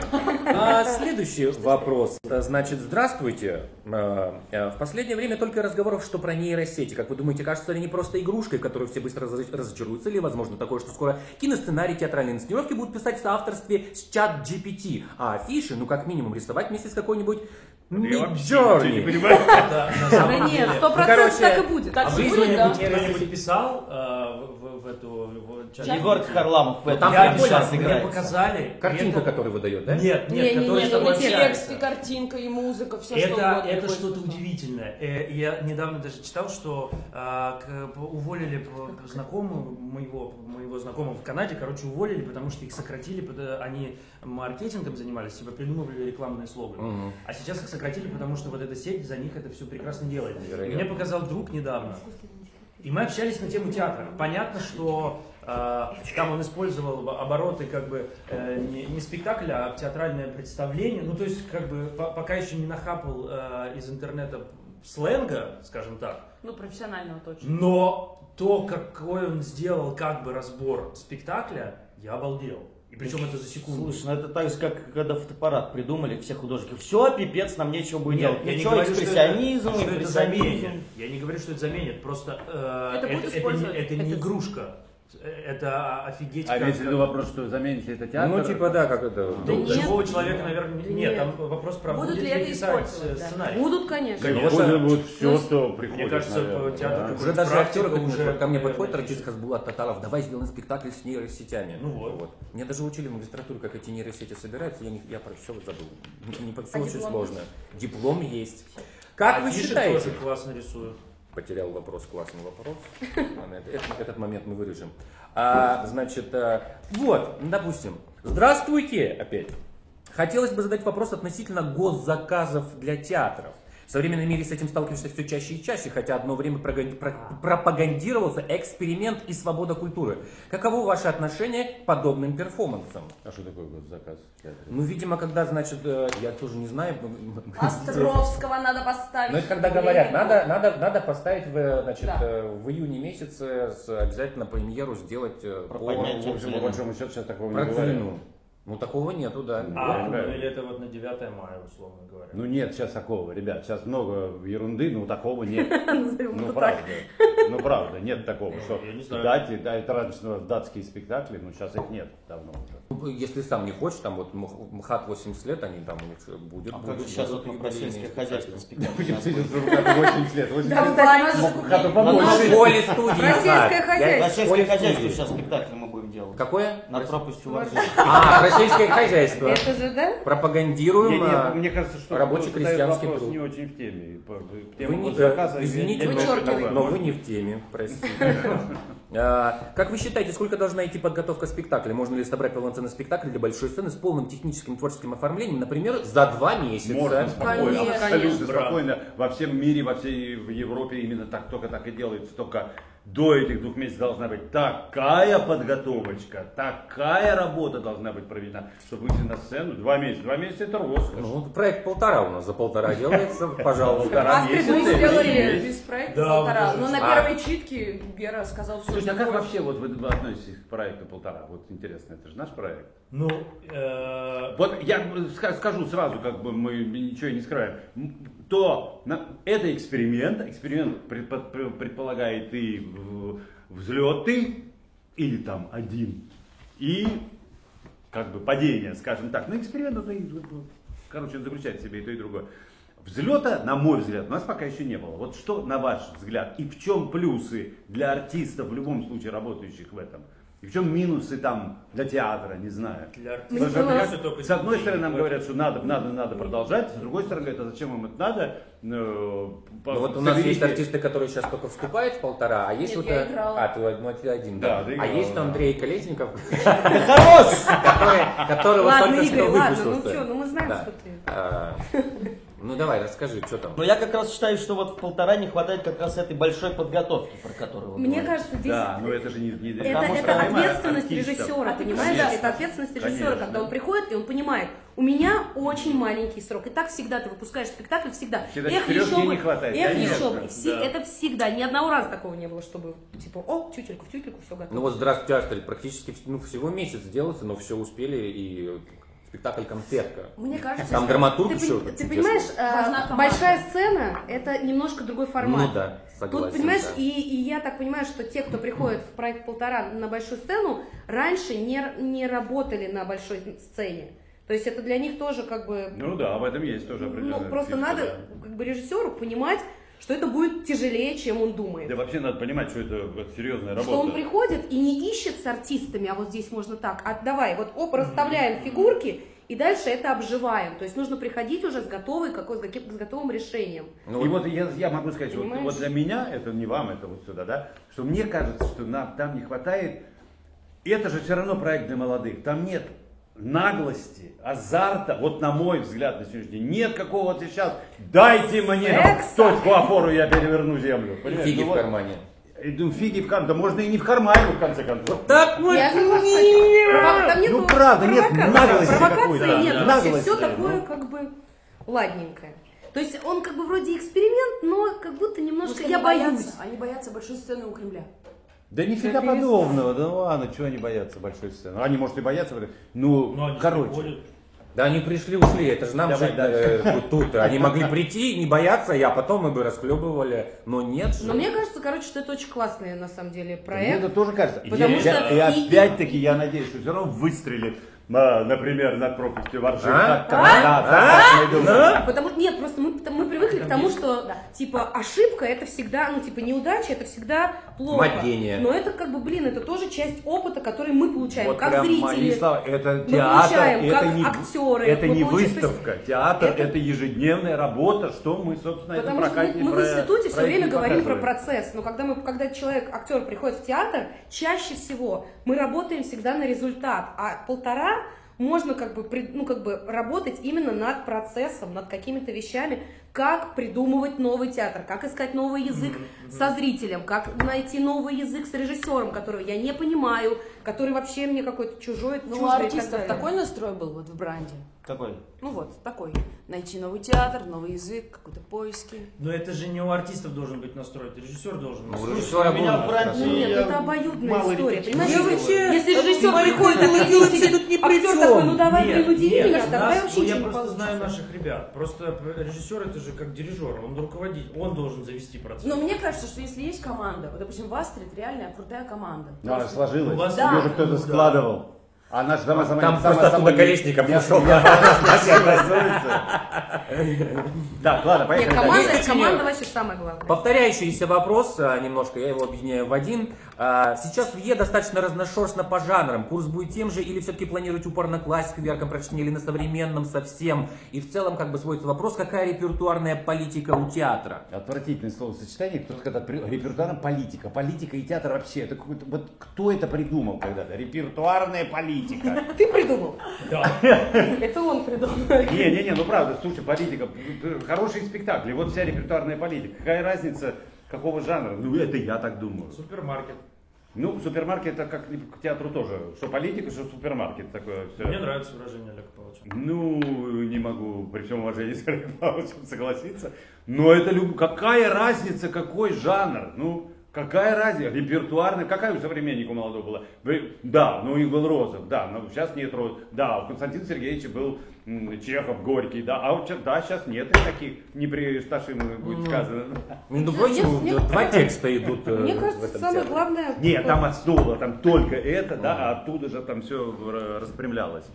S1: А, следующий вопрос. Э, Значит, здравствуйте. Э, э, В последнее время только разговоров, что про нейросети. Как вы думаете, кажется ли они просто игрушкой, в которую все быстро раз- разочаруются? Или, возможно, такое, что скоро киносценарий, театральные инсценировки будут писать в соавторстве с чат GPT, а афиши, ну, как минимум, рисовать вместе с какой-нибудь Midjourney.
S3: Да нет, сто процентов
S1: короче,
S3: так и будет.
S6: Так
S4: А
S6: же
S4: вы
S6: будет, да.
S4: кто-нибудь кто-нибудь писал э, в в- в эту... в- в чат?
S7: Егор Харламов в этом
S1: там
S7: фильме
S1: прикольно,
S7: сейчас
S4: Мне
S7: играет.
S4: показали...
S1: Картинка,
S4: это-
S1: которую выдает, да?
S4: Нет, нет, который с
S6: Не-не-не,
S4: тобой
S6: и
S4: общается.
S6: ну, текст, и картинка, и музыка, все что
S4: Это,
S6: угодно.
S4: это
S6: любой
S4: что-то
S6: смысл.
S4: удивительное. Э, Я недавно даже читал, что а, к- п- уволили п- знакомого моего, моего знакомого в Канаде, короче, уволили, потому что их сократили, потому- они маркетингом занимались, типа придумывали рекламные слоганы.
S1: Мгм.
S4: А сейчас их сократили, потому что вот эта сеть за них это все прекрасно делает.
S1: Вероятно.
S4: Мне показал друг недавно. И мы общались на тему театра. Понятно, что э, там он использовал об- обороты как бы э, не, не спектакля, а театральное представление. Ну, то есть, как бы по- пока еще не нахапал э, из интернета сленга, скажем так.
S6: Ну, профессионального точно.
S4: Но то, какой он сделал как бы разбор спектакля, я обалдел. И причем это за секунду.
S7: Слушай, ну это так же, как когда фотоаппарат придумали все художники. Все, пипец, нам нечего будет
S4: Нет,
S7: делать.
S4: я не
S7: Ничего,
S4: говорю, что это,
S7: экспрессионизм,
S4: что это
S7: импрессионизм.
S4: заменит. Я не говорю, что это заменит. Просто э,
S6: Это будут
S4: это, не,
S6: использовать.
S4: это не
S6: Это-
S4: игрушка. Э, Это офигеть.
S2: А
S4: как-
S2: имеется в виду вопрос, что заменит ли это театр?
S1: Ну, типа, да, как это...
S4: Да
S3: нет.
S4: Другого человека, наверное,
S3: Да
S4: нет.
S3: нет.
S4: Там вопрос про
S6: Будут ли это
S4: писать э,
S6: использовать, да.
S4: сценарий.
S3: Будут, конечно.
S2: Ну, Конечно, будет все,
S3: Ну,
S2: что приходит.
S4: мне кажется,
S2: наверное,
S4: театр
S2: да.
S4: какой-то
S1: Уже даже
S4: практика
S1: актеры как-нибудь
S4: уже,
S1: вот ко мне
S4: наверное,
S1: подходят,
S4: есть.
S1: артист Хасбулат Татаров, давай сделаем спектакль с нейросетями.
S4: Ну вот.
S1: Меня даже учили в магистратуре, как эти нейросети собираются, я, не- я про все забыл. Не, все
S6: А
S1: очень
S6: диплом
S1: сложно. Диплом есть. Как вы
S4: А Афиши
S1: считаете?
S4: тоже классно рисуют.
S1: Потерял вопрос, классный вопрос. Ладно, это- это- Этот момент мы вырежем. А, значит, а, вот, допустим. Здравствуйте опять. Хотелось бы задать вопрос относительно госзаказов для театров. В современном мире с этим сталкиваешься все чаще и чаще, хотя одно время прогон- про- пропагандировался эксперимент и свобода культуры. Каково ваше отношение к подобным перформансам?
S2: А что такое госзаказ в театре?
S1: Ну, видимо, когда, значит, э, я тоже не знаю.
S6: Островского надо поставить.
S1: Ну, это когда говорят, надо, надо, надо поставить в, э, значит,
S6: Да.
S1: э, в июне месяце с- обязательно премьеру сделать э,
S7: Про
S1: по-
S7: поднятие.
S2: В общем, по большому счету сейчас такого
S1: про
S2: не
S1: целину.
S2: говорят.
S1: Ну, такого нету, да.
S4: А, ну,
S2: да.
S4: или это вот на 9 мая, условно говоря.
S2: Ну нет, сейчас такого, ребят, сейчас много ерунды, но такого нет.
S3: Назовем
S2: Ну
S3: это
S2: правда,
S3: так.
S2: ну правда, нет такого, что
S4: я не знаю.
S2: дати, да, это раньше называлось датские спектакли, но сейчас их нет давно уже.
S1: Ну, Если сам не хочешь, там вот Мх- МХАТ 80 лет, они там у них э, будет.
S7: А
S1: будет,
S7: как же сейчас
S1: будут
S7: вот мы про
S1: юбилейные
S7: сельское
S1: спектакли.
S7: хозяйство спектакль?
S2: Будем сидеть уже как 80 лет, 80 лет.
S3: Давай.
S2: Хотя бы
S1: Ну,
S2: побольше.
S1: на поле студии.
S3: Про
S1: Назар.
S3: сельское
S1: Я-
S7: На
S3: хозяйство.
S7: сельское
S1: поле
S7: хозяйство
S1: студии.
S7: сейчас спектакль мы будем делать.
S1: Какое?
S7: Над пропастью воржи.
S1: А, про сельское хозяйство.
S3: Это же, да?
S2: Я
S1: Пропагандируем.
S2: не-
S1: а,
S2: мне кажется, что
S1: рабочий
S2: кто задает
S1: крестьянский
S2: вопрос
S1: труд.
S2: не очень в теме. По- в
S1: Вы
S2: Тему
S1: не,
S2: госзаказа
S1: э,
S2: я-
S1: извините,
S2: я не очень
S6: вычеркиваете.
S2: понимаю.
S1: но вы не в теме, простите. А, Как вы считаете, сколько должна идти подготовка спектакля? Можно ли собрать полноценный спектакль для большой сцены с полным техническим творческим оформлением, например, за два месяца?
S2: Можно спокойно,
S6: Конечно.
S2: абсолютно
S4: Браво.
S2: спокойно. Во всем мире, во всей в Европе именно так только так и делается. Только до этих двух месяцев должна быть такая подготовочка, такая работа должна быть проведена, чтобы выйти на сцену два месяца. Два месяца это роскошь.
S1: Ну, вот проект полтора у нас за полтора делается, пожалуйста.
S2: Полтора
S6: Астрид мы
S2: месяца.
S6: сделали без проекта
S4: Да,
S6: полтора.
S4: вот
S6: Но
S3: Ну,
S4: это
S6: на
S1: же.
S6: первой читке Гера сказал все,
S2: Слушайте, а
S6: что
S2: как
S6: хочет.
S2: вообще вот вы относитесь к проекту полтора? Вот интересно, это же наш проект.
S4: Ну, э,
S2: Вот я ска- скажу сразу, как бы мы ничего и не скрываем. М, То на- это эксперимент. Эксперимент предпо- пре- предполагает и в- взлеты, или там один, и как бы падение, скажем так. Ну, эксперимент, это, и, короче, он заключает в себе и то, и другое. Взлета, на мой взгляд, у нас пока еще не было. Вот что, на ваш взгляд, и в чем плюсы для артистов, в любом случае работающих в этом? И в чем минусы там для театра, не знаю.
S4: Для артиста.
S3: Мне
S2: Потому
S3: было-
S2: что, С одной стороны, нам говорят, что надо, надо, надо продолжать, с другой стороны, говорят, а зачем им это надо? Ну, по-
S1: Ну, вот у нас есть
S2: соберите.
S1: артисты, которые сейчас только вступают в полтора, а есть вот...
S6: Нет, я
S1: э,
S6: играла.
S1: А, ты одну- ты один, да.
S2: Да, ты
S1: а
S2: играла,
S1: есть
S2: да.
S1: Андрей Колесников,
S7: Хорош!
S1: который- которого
S3: Ладно,
S1: только что
S3: Игорь, ладно,
S1: выпустился.
S3: ну что, ну мы знаем,
S1: Да.
S3: что ты.
S1: А, Ну давай, расскажи, что там.
S7: Но я как раз считаю, что вот в полтора не хватает как раз этой большой подготовки, про которую вы
S3: Мне
S7: говорите.
S3: кажется, здесь
S2: Да, но это же не... не-
S3: Это,
S7: Потому что,
S3: это
S2: понимаю,
S3: ответственность
S2: артистов.
S3: режиссера, А понимаешь?
S2: Конечно.
S3: Это ответственность режиссера,
S2: Конечно.
S3: когда он приходит и он понимает, у меня очень маленький срок. И так всегда ты выпускаешь спектакль, всегда.
S2: Всегда
S3: эх,
S2: четырех
S3: еще
S2: дней
S3: бы,
S2: не хватает,
S3: эх,
S2: конечно,
S3: еще бы. Все-
S2: да.
S3: Это всегда, ни одного раза такого не было, чтобы типа, о, тютельку, в тютельку, все готово.
S1: Ну вот здравствуйте, Астель, практически ну, всего месяц делался, но все успели и спектакль концертка.
S3: Мне кажется,
S1: Там
S3: что-
S1: драматург
S3: ты,
S1: еще
S3: пон- Ты
S1: чудесный.
S3: понимаешь, э,
S6: Важна команда.
S3: большая сцена это немножко другой формат.
S1: Ну да, согласен.
S3: Тут, понимаешь,
S1: да.
S3: и, и я так понимаю, что те, кто приходит в проект полтора на большую сцену, раньше не, р- не работали на большой сцене. То есть это для них тоже как бы.
S2: Ну да, об этом есть тоже
S3: Ну,
S2: определенная
S3: просто
S2: фишка,
S3: надо
S2: да.
S3: как бы режиссеру понимать, что это будет тяжелее, чем он думает.
S2: Да вообще надо понимать, что это вот серьезная работа.
S3: Что он приходит и не ищет с артистами, а вот здесь можно так, а давай, вот оп, расставляем фигурки, и дальше это обживаем. То есть нужно приходить уже с готовой, какой, с каким- с готовым решением.
S1: Ну,
S2: и вот я, я могу сказать, вот,
S3: Понимаешь?
S2: вот для меня, это не вам, это вот сюда, да, что мне кажется, что нам там не хватает, и это же все равно проект для молодых, там нет наглости, азарта, вот на мой взгляд на сегодняшний день, нет какого-то сейчас, дайте мне точку опору, я переверну землю. понимаешь?
S1: фиги
S2: Ну
S1: в
S2: вот,
S1: кармане.
S2: и, ну, фиги в кармане, да можно и не в кармане, в конце концов.
S1: Ну,
S3: Я согласна, кстати. Прова- Там
S2: Ну, правда, нет
S3: провокации.
S2: наглости
S3: Провокации
S2: какой-то, да,
S3: нет
S2: да.
S3: вообще.
S2: Наглости,
S3: Все
S2: да,
S3: такое
S2: ну.
S3: как бы ладненькое. То есть он как бы вроде эксперимент, но как будто немножко
S6: Потому
S3: я
S6: они
S3: боюсь.
S6: боятся- Они боятся большой сцены у Кремля.
S2: Да нифига
S6: перестань.
S2: подобного, да ладно, чего они боятся большой сцены? Они, может, и боятся, ну,
S5: Ну, они
S2: короче.
S5: приходят.
S1: Да они пришли, ушли, это же нам
S2: Давай
S1: жить
S2: дальше.
S1: э, тут, тут. Они могли прийти, не бояться, а потом мы бы расхлебывали, но нет же.
S3: Но мне кажется, короче, что это очень классный на самом деле
S2: Мне это
S3: проект.
S2: тоже кажется.
S3: Потому
S2: я,
S3: что
S2: я-
S3: и-
S2: я опять-таки, я надеюсь, что все равно выстрелит, а, например, над пропастью Варшавы.
S1: А?
S2: Так, как- да, так, как мы думаем.
S3: Потому что нет, просто мы, мы привыкли к тому, что типа ошибка это всегда, ну типа неудача это всегда плохо.
S1: Мать гения.
S3: Но это как бы, блин, это тоже часть опыта, который мы получаем
S2: Вот
S3: как
S2: прям
S3: зрители.
S2: мои слова. Это
S3: Мы
S2: театр,
S3: получаем,
S2: это
S3: как
S2: не,
S3: актеры,
S2: это
S3: мы
S2: не
S3: получаем-
S2: выставка. Театр это... ежедневная работа, что мы, собственно, это
S3: Потому что мы,
S2: прокате-
S3: мы в
S2: про-
S3: институте все
S2: проекте
S3: время
S2: и
S3: говорим про
S2: показываем.
S3: процесс, но когда, мы, когда человек, актер приходит в театр, чаще всего мы работаем всегда на результат, а полтора можно как бы, при- ну, как бы работать именно над процессом, над какими-то вещами, как придумывать новый театр, как искать новый язык со зрителем, как найти новый язык с режиссером, которого я не понимаю, который вообще мне какой-то чужой,
S6: Ну, у
S3: чуждый и так
S6: артистов
S3: далее.
S6: такой настрой был вот в Бранде.
S7: Какой?
S6: Ну вот, такой. Найти новый театр, новый язык, какой-то поиски.
S4: Но это же не у артистов должен быть настрой, это режиссер должен быть.
S1: Ну,
S4: Слушай,
S1: режиссера
S4: у меня
S1: был
S4: в Бранде-
S7: настрой.
S3: Нет,
S7: Я
S3: это обоюдная
S7: мало
S3: история,
S7: ритмичный
S3: понимаешь?
S7: человек.
S3: Ну, Если режиссер приходит, а тут не
S7: при чем.
S3: такой, ну давай
S4: Нет,
S3: приводи
S4: нет,
S3: меня,
S4: нас-
S3: тогда я
S4: ну,
S3: вообще
S4: я
S3: ничего не
S4: просто знаю
S3: получится.
S4: наших ребят. Просто режиссер это же как дирижер, он руководитель, он должен завести процесс.
S3: Ну.
S6: Но мне кажется, что если есть команда, вот, допустим, в Астрид реальная крутая команда.
S2: Ну, она
S6: Просто-
S2: сложилась.
S4: У вас-
S2: Ее
S6: Да.
S2: же кто-то
S4: Ну, да.
S2: складывал. А наш сама сама
S1: Там
S2: сама-
S1: просто
S2: сама
S1: оттуда
S2: не-
S1: Колесников
S2: не-
S1: ушел.
S2: не образуется. Так, ладно,
S3: Нет,
S2: поехали. дальше.
S3: команда,
S1: Есть
S3: команда
S1: сочинение.
S3: вообще самое главное.
S1: Повторяющийся вопрос, а, немножко я его объединяю в один. А, Сейчас в Е достаточно разношерстно по жанрам. Курс будет тем же или все-таки планируете упор на классику в ярком прочтении или на современном совсем? И в целом как бы сводится вопрос, какая репертуарная политика у театра?
S2: Отвратительное словосочетание. Кто-то когда при- репертуарная политика. Политика и театр вообще. Это какой-то, вот кто это придумал когда-то? Репертуарная политика.
S3: Ты придумал.
S4: Да.
S3: Это он придумал.
S2: Не, не, не, ну правда, слушай, политика. п- п- Хорошие спектакли. Вот вся репертуарная политика. Какая разница, какого жанра? Ну, это я так думаю.
S4: Супермаркет.
S2: Ну, супермаркет это как к театру тоже. Что политика, что супермаркет. Такое все.
S4: Мне нравится выражение Олега Павловича.
S2: Ну, не могу при всем уважении с Олегом Павловичем согласиться. Но это люб... какая разница, какой жанр? Ну, какая разница? Репертуарный, какая у современника молодого была? Вы- Да, ну у них был Розов, да, но сейчас нет Розов. Да, у Константина Сергеевича был м, Чехов, Горький, да, а вот щас- да, сейчас нет их таких, не при Сташиновой будет сказано.
S1: Между
S3: Ну,
S1: прочим,
S3: мне-
S1: два текста идут э,
S3: Мне
S1: в этом
S3: кажется, самое
S1: театре.
S3: главное...
S2: Нет, там отснуло, там только это, да, а оттуда же там все распрямлялось.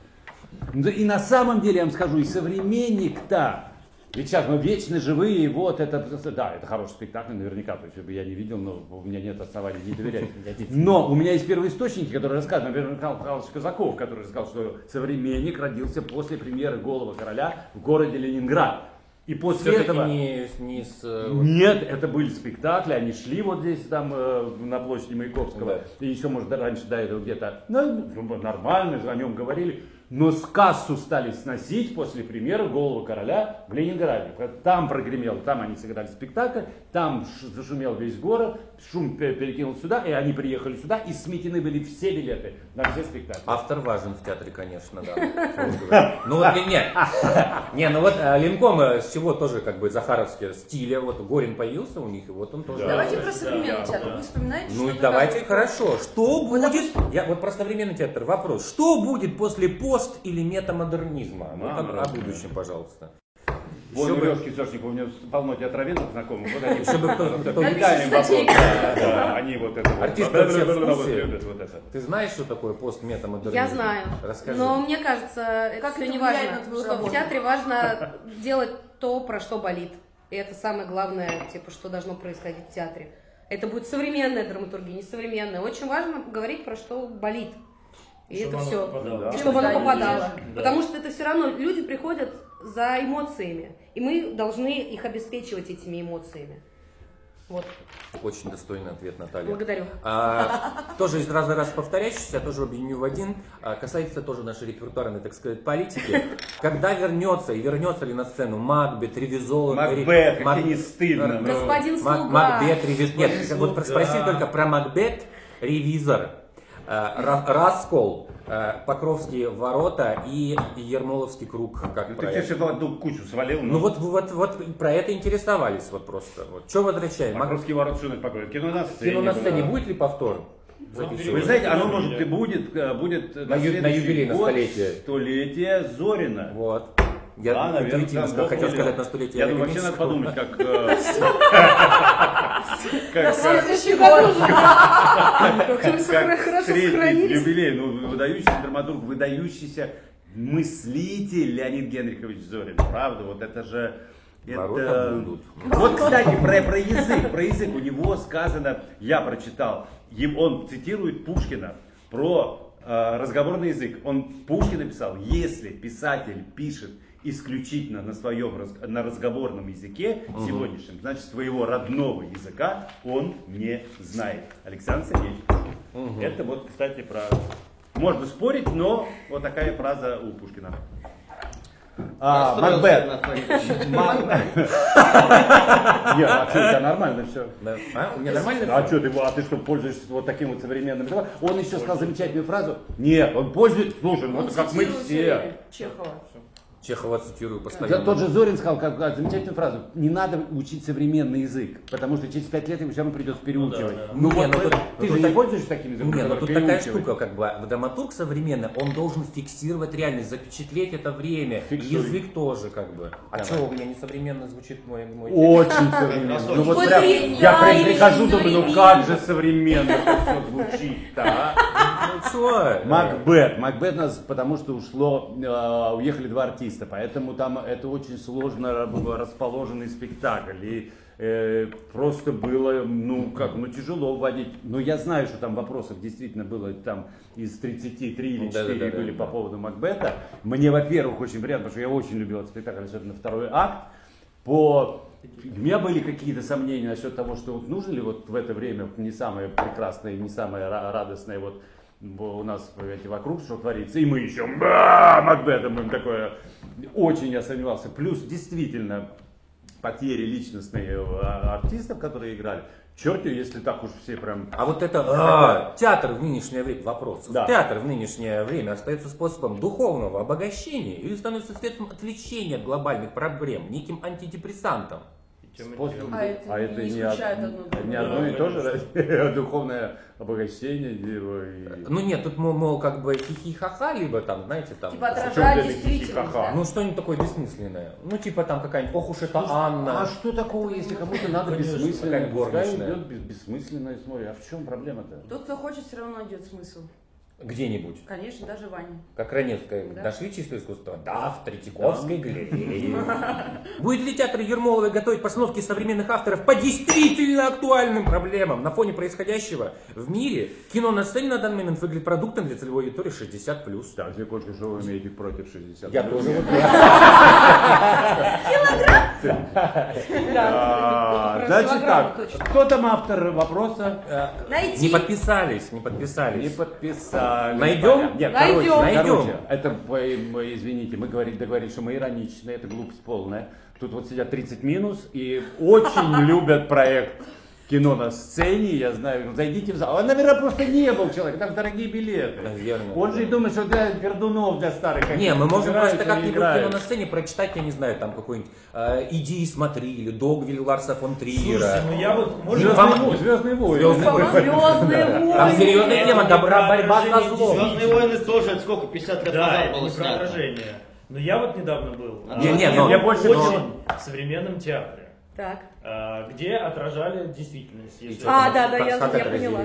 S2: Да и на самом деле, я вам скажу, и современник-то Ведь сейчас мы вечно живые, вот это, да, это хороший спектакль наверняка, то есть я не видел, но у меня нет оснований не доверять. Но у меня есть первоисточники, которые рассказывают, например, Михаил Михайлович Казаков, который рассказал, что современник родился после премьеры «Голого короля» в городе Ленинград. И после
S1: Все-таки
S2: этого...
S1: не, с- не с... э, вот-
S2: Нет, это были спектакли, они шли вот здесь, там, э, на площади Маяковского,
S1: Да.
S2: и еще, может, да, раньше до этого где-то, ну, ну, нормально, о нем говорили, но с кассу стали сносить после премьеры «Голого короля» в Ленинграде. Там прогремел, там они сыграли спектакль, там ш- зашумел весь город, шум пе- перекинул сюда, и они приехали сюда, и сметены были все билеты на все спектакли.
S1: Автор важен в театре, конечно, да. Вот говорю. Ну вот, не, не, не, ну вот э, Ленком э, с чего тоже как бы Захаровский стиля, вот Горин появился у них, и вот он тоже.
S6: Давайте
S1: Да.
S6: про современный театр. Вы вспоминаете,
S1: Ну и
S6: что-то
S1: давайте,
S6: такое?
S1: хорошо. Что будет? Я вот про современный театр вопрос. Что будет после пост или метамодернизма? Ну,
S2: Мама
S1: как- о
S2: родная.
S1: будущем, пожалуйста.
S2: Вон
S1: Еще
S2: у
S1: бы-
S2: Лёшки Сошникова, у меня полно театроведов знакомых, вот они
S1: Еще бы кто- кто-
S2: Капитальный
S6: Напишешь
S2: вопрос. Да, да, они вот это вот.
S1: Артисты
S2: Да, да,
S1: вообще
S2: да, да,
S1: в
S2: да,
S1: курсе?
S2: вот любят вот это.
S1: Ты знаешь, что такое пост метамодернизм?
S3: Я знаю.
S1: Расскажи.
S3: Но мне кажется, это
S6: Как
S3: всё
S6: это
S3: не
S6: влияет
S3: важно.
S6: на твою
S3: что
S6: работу?
S3: в театре важно делать то, про что болит. И это самое главное, типа, что должно происходить в театре. Это будет современная драматургия, не современная. Очень важно говорить про что болит. И
S5: Чтобы
S3: это
S5: оно
S3: все.
S5: попадало.
S2: Да.
S3: И чтобы оно
S6: Да,
S3: попадало.
S5: да.
S3: Потому что это все равно люди приходят за эмоциями. И мы должны их обеспечивать этими эмоциями. Вот.
S1: Очень достойный ответ, Наталья.
S3: Благодарю.
S1: А, тоже из раза в раз повторяющийся, тоже объединю в один, А, касается тоже нашей репертуарной, так сказать, политики. Когда вернется и вернется ли на сцену Макбет, Ревизол,
S2: Макбет,
S1: Мэри-
S2: как
S1: Мак-
S2: тебе не стыдно,
S1: Р-
S2: ну.
S3: Господин
S1: Мак-
S3: слуга.
S1: Макбет, Ревизор. Нет,
S4: Господин
S1: вот
S4: слуга.
S1: спроси только про Макбет, Ревизор, а, Ра- Раскол, а, Покровские ворота и Ермоловский круг, как
S2: Ну, Ты
S1: правильно.
S2: все в одну кучу свалил.
S1: Ну вот, вот, вот про это интересовались вот просто. Вот. Что возвращаем? Мак-
S2: Мокровский ворот что покоит. Кино на сцене.
S1: Кино на сцене
S2: было.
S1: будет ли повтор?
S2: Вы
S1: Записывать?
S2: знаете, оно может и будет, э, будет э,
S1: На ю- на
S2: следующий
S1: юбилей, на
S2: год,
S1: столетие.
S2: Столетие Зорина.
S1: Вот. Я
S2: Да, наверное,
S1: интуитивно
S2: там
S1: сказал,
S2: Бог
S1: хотел
S2: велел.
S1: сказать на столетие.
S2: Я думаю, вообще надо подумать, как... э, Как
S6: Да,
S2: э,
S6: следующий год.
S3: Как всё хоро-
S2: как
S3: хорошо
S2: встретить
S3: сохранились.
S2: юбилей. Ну, выдающийся драматург, выдающийся мыслитель Леонид Генрихович Зорин. Правда, вот это же...
S1: Ворота
S2: Это...
S1: будут.
S2: Вот, кстати, про, про язык, про язык. У него сказано, я прочитал, им, он цитирует Пушкина про э, разговорный язык. Он Пушкин написал, если писатель пишет исключительно на своем раз- на разговорном языке сегодняшнем, значит своего родного языка он не знает. Александр Сергеевич. Это вот, кстати, про... Можно спорить, но вот такая фраза у Пушкина. А,
S7: Настроился
S2: Макбет.
S7: на твои-
S2: Нет, а что, у тебя нормально все?
S1: Да. А, у меня нормально?
S2: А что ты, а ты что, пользуешься вот таким вот современным? делом? Он еще сказал замечательную фразу. Нет, он пользуется, слушай, ну
S6: Он
S2: это как мы
S6: цитирует
S2: все.
S6: Чехова.
S1: Чехова цитирую
S2: Да,
S1: постоянно.
S2: тот же Зорин сказал как, как замечательную фразу. Не надо учить современный язык, потому что через пять лет ему все равно придется переучивать.
S1: Ну
S2: вот
S1: не, ну
S2: вы-
S1: тут-
S2: ты
S1: ну
S2: же
S1: тут-
S2: не пользуешься таким языком,
S1: Не, ну
S2: который
S1: тут такая
S2: переучивать?
S1: штука, как бы драматург современный, он должен фиксировать реальность, запечатлеть это время.
S2: Фиксируй.
S1: Язык тоже, как бы. А что у меня несовременно звучит мой мой?
S2: Очень современно. Ну вот прям, я прям прихожу, думаю, ну как же современно все звучит-то, а?
S1: Ну что?
S2: Макбет. Макбет у нас, потому что ушло, э, уехали два артиста, поэтому там это очень сложно раб- расположенный спектакль. И э, просто было, ну как, ну тяжело вводить. Но я знаю, что там вопросов действительно было там из 33 или 4
S1: Да-да-да-да.
S2: были по поводу Макбета. Мне, во-первых, очень приятно, потому что я очень любил этот спектакль, особенно второй акт. По... У меня были какие-то сомнения насчет того, что вот нужно ли вот в это время не самое прекрасное, не самое ра- радостное вот бо- у нас понимаете, вокруг что творится, и мы еще «Ба, Макбетом им такое. Очень я сомневался. Плюс действительно потери личностные а, артистов, которые играли. Черт, если так уж все прям
S1: А вот это а, театр в нынешнее время вопрос.
S2: Да.
S1: Театр в нынешнее время остается способом духовного обогащения или становится средством отвлечения от глобальных проблем, неким антидепрессантом.
S2: Способ-
S6: А это не
S2: од-
S6: исключает одно другое.
S2: не
S5: Да,
S2: одно и то же,
S5: конечно.
S2: разве? духовное обогащение. его и-
S1: Ну нет, тут мол, мол как бы хихи-ха-ха, либо там, знаете, там...
S6: Типа
S2: Причём
S6: отражает
S2: для
S6: действительность.
S2: хихи-ха-ха.
S6: да.
S1: Ну что-нибудь такое бессмысленное. Ну типа там какая-нибудь, ох уж это Анна.
S2: А что такого, если кому-то надо
S1: Конечно,
S2: бессмысленное?
S1: как
S2: Пускай
S1: горничная.
S2: идет бес- бессмысленное, смотри, а в чем проблема-то?
S6: Тот, кто хочет, все равно найдет смысл.
S1: Где-нибудь.
S6: Конечно, даже Ваня.
S1: Как Раневская.
S6: Да.
S1: Нашли чистое искусство? Да, в Третьяковской галерее. Будет ли театр Ермоловой готовить постановки современных авторов по действительно актуальным проблемам? На фоне происходящего в мире кино на сцене на данный момент выглядит продуктом для целевой аудитории 60+.
S2: Да, две кошки, что вы имеете против 60?
S1: Я тоже вот
S2: А,
S3: Про
S2: Значит
S3: килограммы
S2: так,
S3: точно.
S2: кто там автор вопроса?
S1: не
S3: Найти.
S1: подписались, не подписались.
S2: Не подписали.
S1: Найдем?
S2: Нет,
S3: Найдем.
S2: короче,
S1: Найдем.
S2: короче, это, э, мы, извините, мы говорим, договорились, что мы ироничные, это глупость полная. Тут вот сидят 30 минус и очень любят проект кино на сцене, я знаю, зайдите в зал. А, наверное, просто не был человек, там дорогие билеты.
S1: Наверное,
S2: Он же и
S1: да.
S2: думает, что для Гордунов, для старых.
S1: Не, мы можем
S2: Играют
S1: просто
S2: и
S1: как-нибудь
S2: играют.
S1: кино на сцене прочитать, я не знаю, там какой-нибудь э, «Иди и смотри» или «Догвиль» Ларса фон Триера.
S4: Слушайте, ну я вот, может,
S1: Вам-
S2: Звездные войны. «Звездные войны».
S1: «Звездные войны».
S3: Звездные
S2: ну
S1: Там
S3: войны.
S1: серьезная тема, добра, борьба со злом.
S7: Звездные войны тоже это сколько, 50 лет
S4: да,
S7: назад
S4: это
S7: было
S4: не про
S7: снято.
S4: отражение. Но я вот недавно был
S7: Не,
S4: а,
S1: не, но-
S4: я больше
S1: но-
S4: очень в современном театре,
S3: Так.
S4: а, где отражали действительность. если-
S1: чё
S3: А,
S1: там?
S3: да, да,
S1: Как
S3: я,
S1: как
S3: я
S1: отразили?
S3: поняла.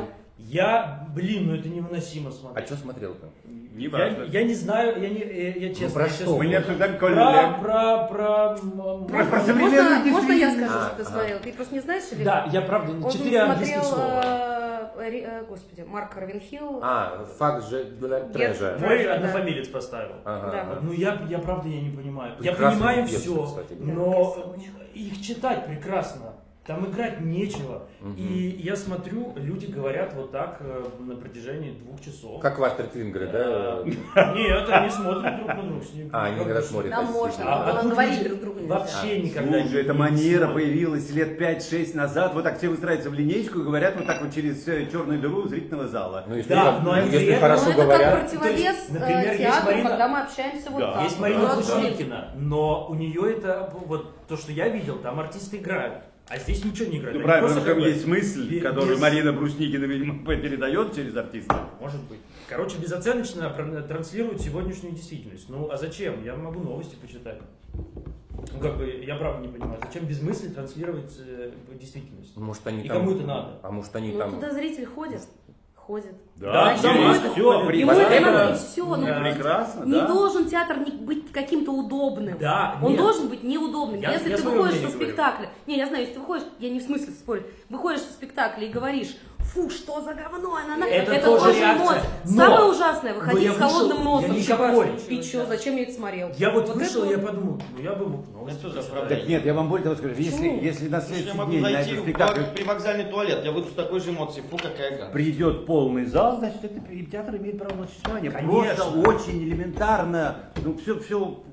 S4: Я, блин, ну это невыносимо
S1: А
S4: смотреть.
S1: что смотрел-то?
S4: я, я не знаю, я не, э, я честно.
S1: про
S4: я сейчас
S1: что?
S2: Мы
S4: не-
S2: не обсуждаем
S4: Про,
S2: Колин
S4: про, про, м-
S2: Про- про
S4: м-
S2: современную
S3: Можно, можно я
S2: действительность.
S3: скажу,
S1: А,
S3: что ты
S1: а.
S3: смотрел? Ты просто не знаешь или?
S4: Да, я правда
S3: Он
S4: не
S3: же
S4: четыре английских
S3: смотрел,
S4: слова.
S3: э, Ри- э, господи, Марк Равенхилл.
S1: А, факт же для трэжа.
S3: Герц.
S4: Мой
S3: да.
S4: однофамилец поставил.
S3: Да.
S4: Ну я, я правда я не понимаю. я
S1: Прекрасный
S4: понимаю
S1: певец,
S4: все,
S1: кстати, да.
S4: но их читать прекрасно. Там играть нечего. И я смотрю, люди говорят вот так э, на протяжении двух часов.
S1: Как Вастер Твингер, да?
S4: Э, Нет, они смотрят друг на друга. с ним.
S1: А, они когда смотрят.
S6: Нам
S1: да,
S6: можно,
S1: действительно.
S4: А
S6: но
S4: вот
S6: нам
S4: люди
S6: говорить друг другу нельзя.
S4: Вообще никогда
S2: Слушай,
S4: не-
S2: эта
S4: не
S2: А, манера
S4: смотрят.
S2: появилась лет 5-6 назад. Вот так все выстраиваются в линейку и говорят вот так вот через э, черную дыру зрительного зала.
S1: Ну, если,
S4: Да,
S1: там-
S4: но они
S1: если
S4: при этом-
S3: Ну,
S1: хорошо
S3: это как
S1: говорят.
S3: противовес
S4: есть,
S3: э,
S4: например, есть
S3: театру,
S4: Марина-
S3: когда мы общаемся вот Ну, а
S2: Да.
S3: так.
S4: Есть Марина
S3: Вот
S4: Кушникина, но у нее это вот то, что я видел, там артисты играют, а здесь ничего не играют.
S2: Ну,
S4: Они
S2: правильно,
S4: просто
S2: потому что
S4: как бы
S2: есть мысль,
S4: без-
S2: которую
S4: без-
S2: Марина Брусникина, видимо, передает через артиста.
S4: Может быть. Короче, безоценочно прон- транслируют сегодняшнюю действительность. Ну, а зачем? Я могу новости почитать. Ну, как бы, я правда не понимаю, зачем без мысли транслировать э, действительность?
S1: Может, они
S4: И
S1: там...
S4: кому это надо?
S1: А может, они
S3: Ну,
S1: там...
S3: туда зритель ходит. Ходит.
S4: Да,
S2: через
S4: домой
S2: всё,
S4: доходит.
S2: при-
S3: Ему
S1: Вот
S3: это
S1: это-
S3: надо, и все. Ну,
S4: Да.
S2: прекрасно,
S3: не
S2: да.
S3: должен театр не быть каким-то удобным.
S4: Да,
S3: Он
S4: нет.
S3: должен быть неудобным.
S4: Я-
S3: если
S4: я
S3: ты
S4: своё
S3: выходишь со
S4: мнение говорю.
S3: спектакля, не, я знаю, если ты выходишь, я не в смысле спорю, выходишь со спектакля и говоришь, фу, что за говно, она, она,
S4: Это тоже реакция.
S3: эмоция.
S4: Но-
S3: Самое ужасное,
S4: Но
S3: выходить
S4: я
S3: с холодным
S4: вышел,
S3: носом.
S4: я
S3: Чё,
S4: никакой.
S3: И что, зачем я это смотрел?
S4: Я вот,
S3: Вот
S4: вышел,
S3: это
S4: я
S3: вот-
S4: подумал, ну я бы мог новости
S7: Это тоже
S4: почитать.
S7: оправдание.
S2: Так нет, я вам более того скажу, если, если на
S7: Слушай, я
S2: следующий
S7: могу
S2: день на
S7: зайти
S2: этот
S7: в
S2: спектакль
S7: вак- привокзальный туалет, я выйду с такой же эмоцией, фу, какая гадость.
S2: придет полный зал, значит, это и театр имеет право на существование.
S4: Конечно.
S2: Просто очень элементарно. Ну, все, все,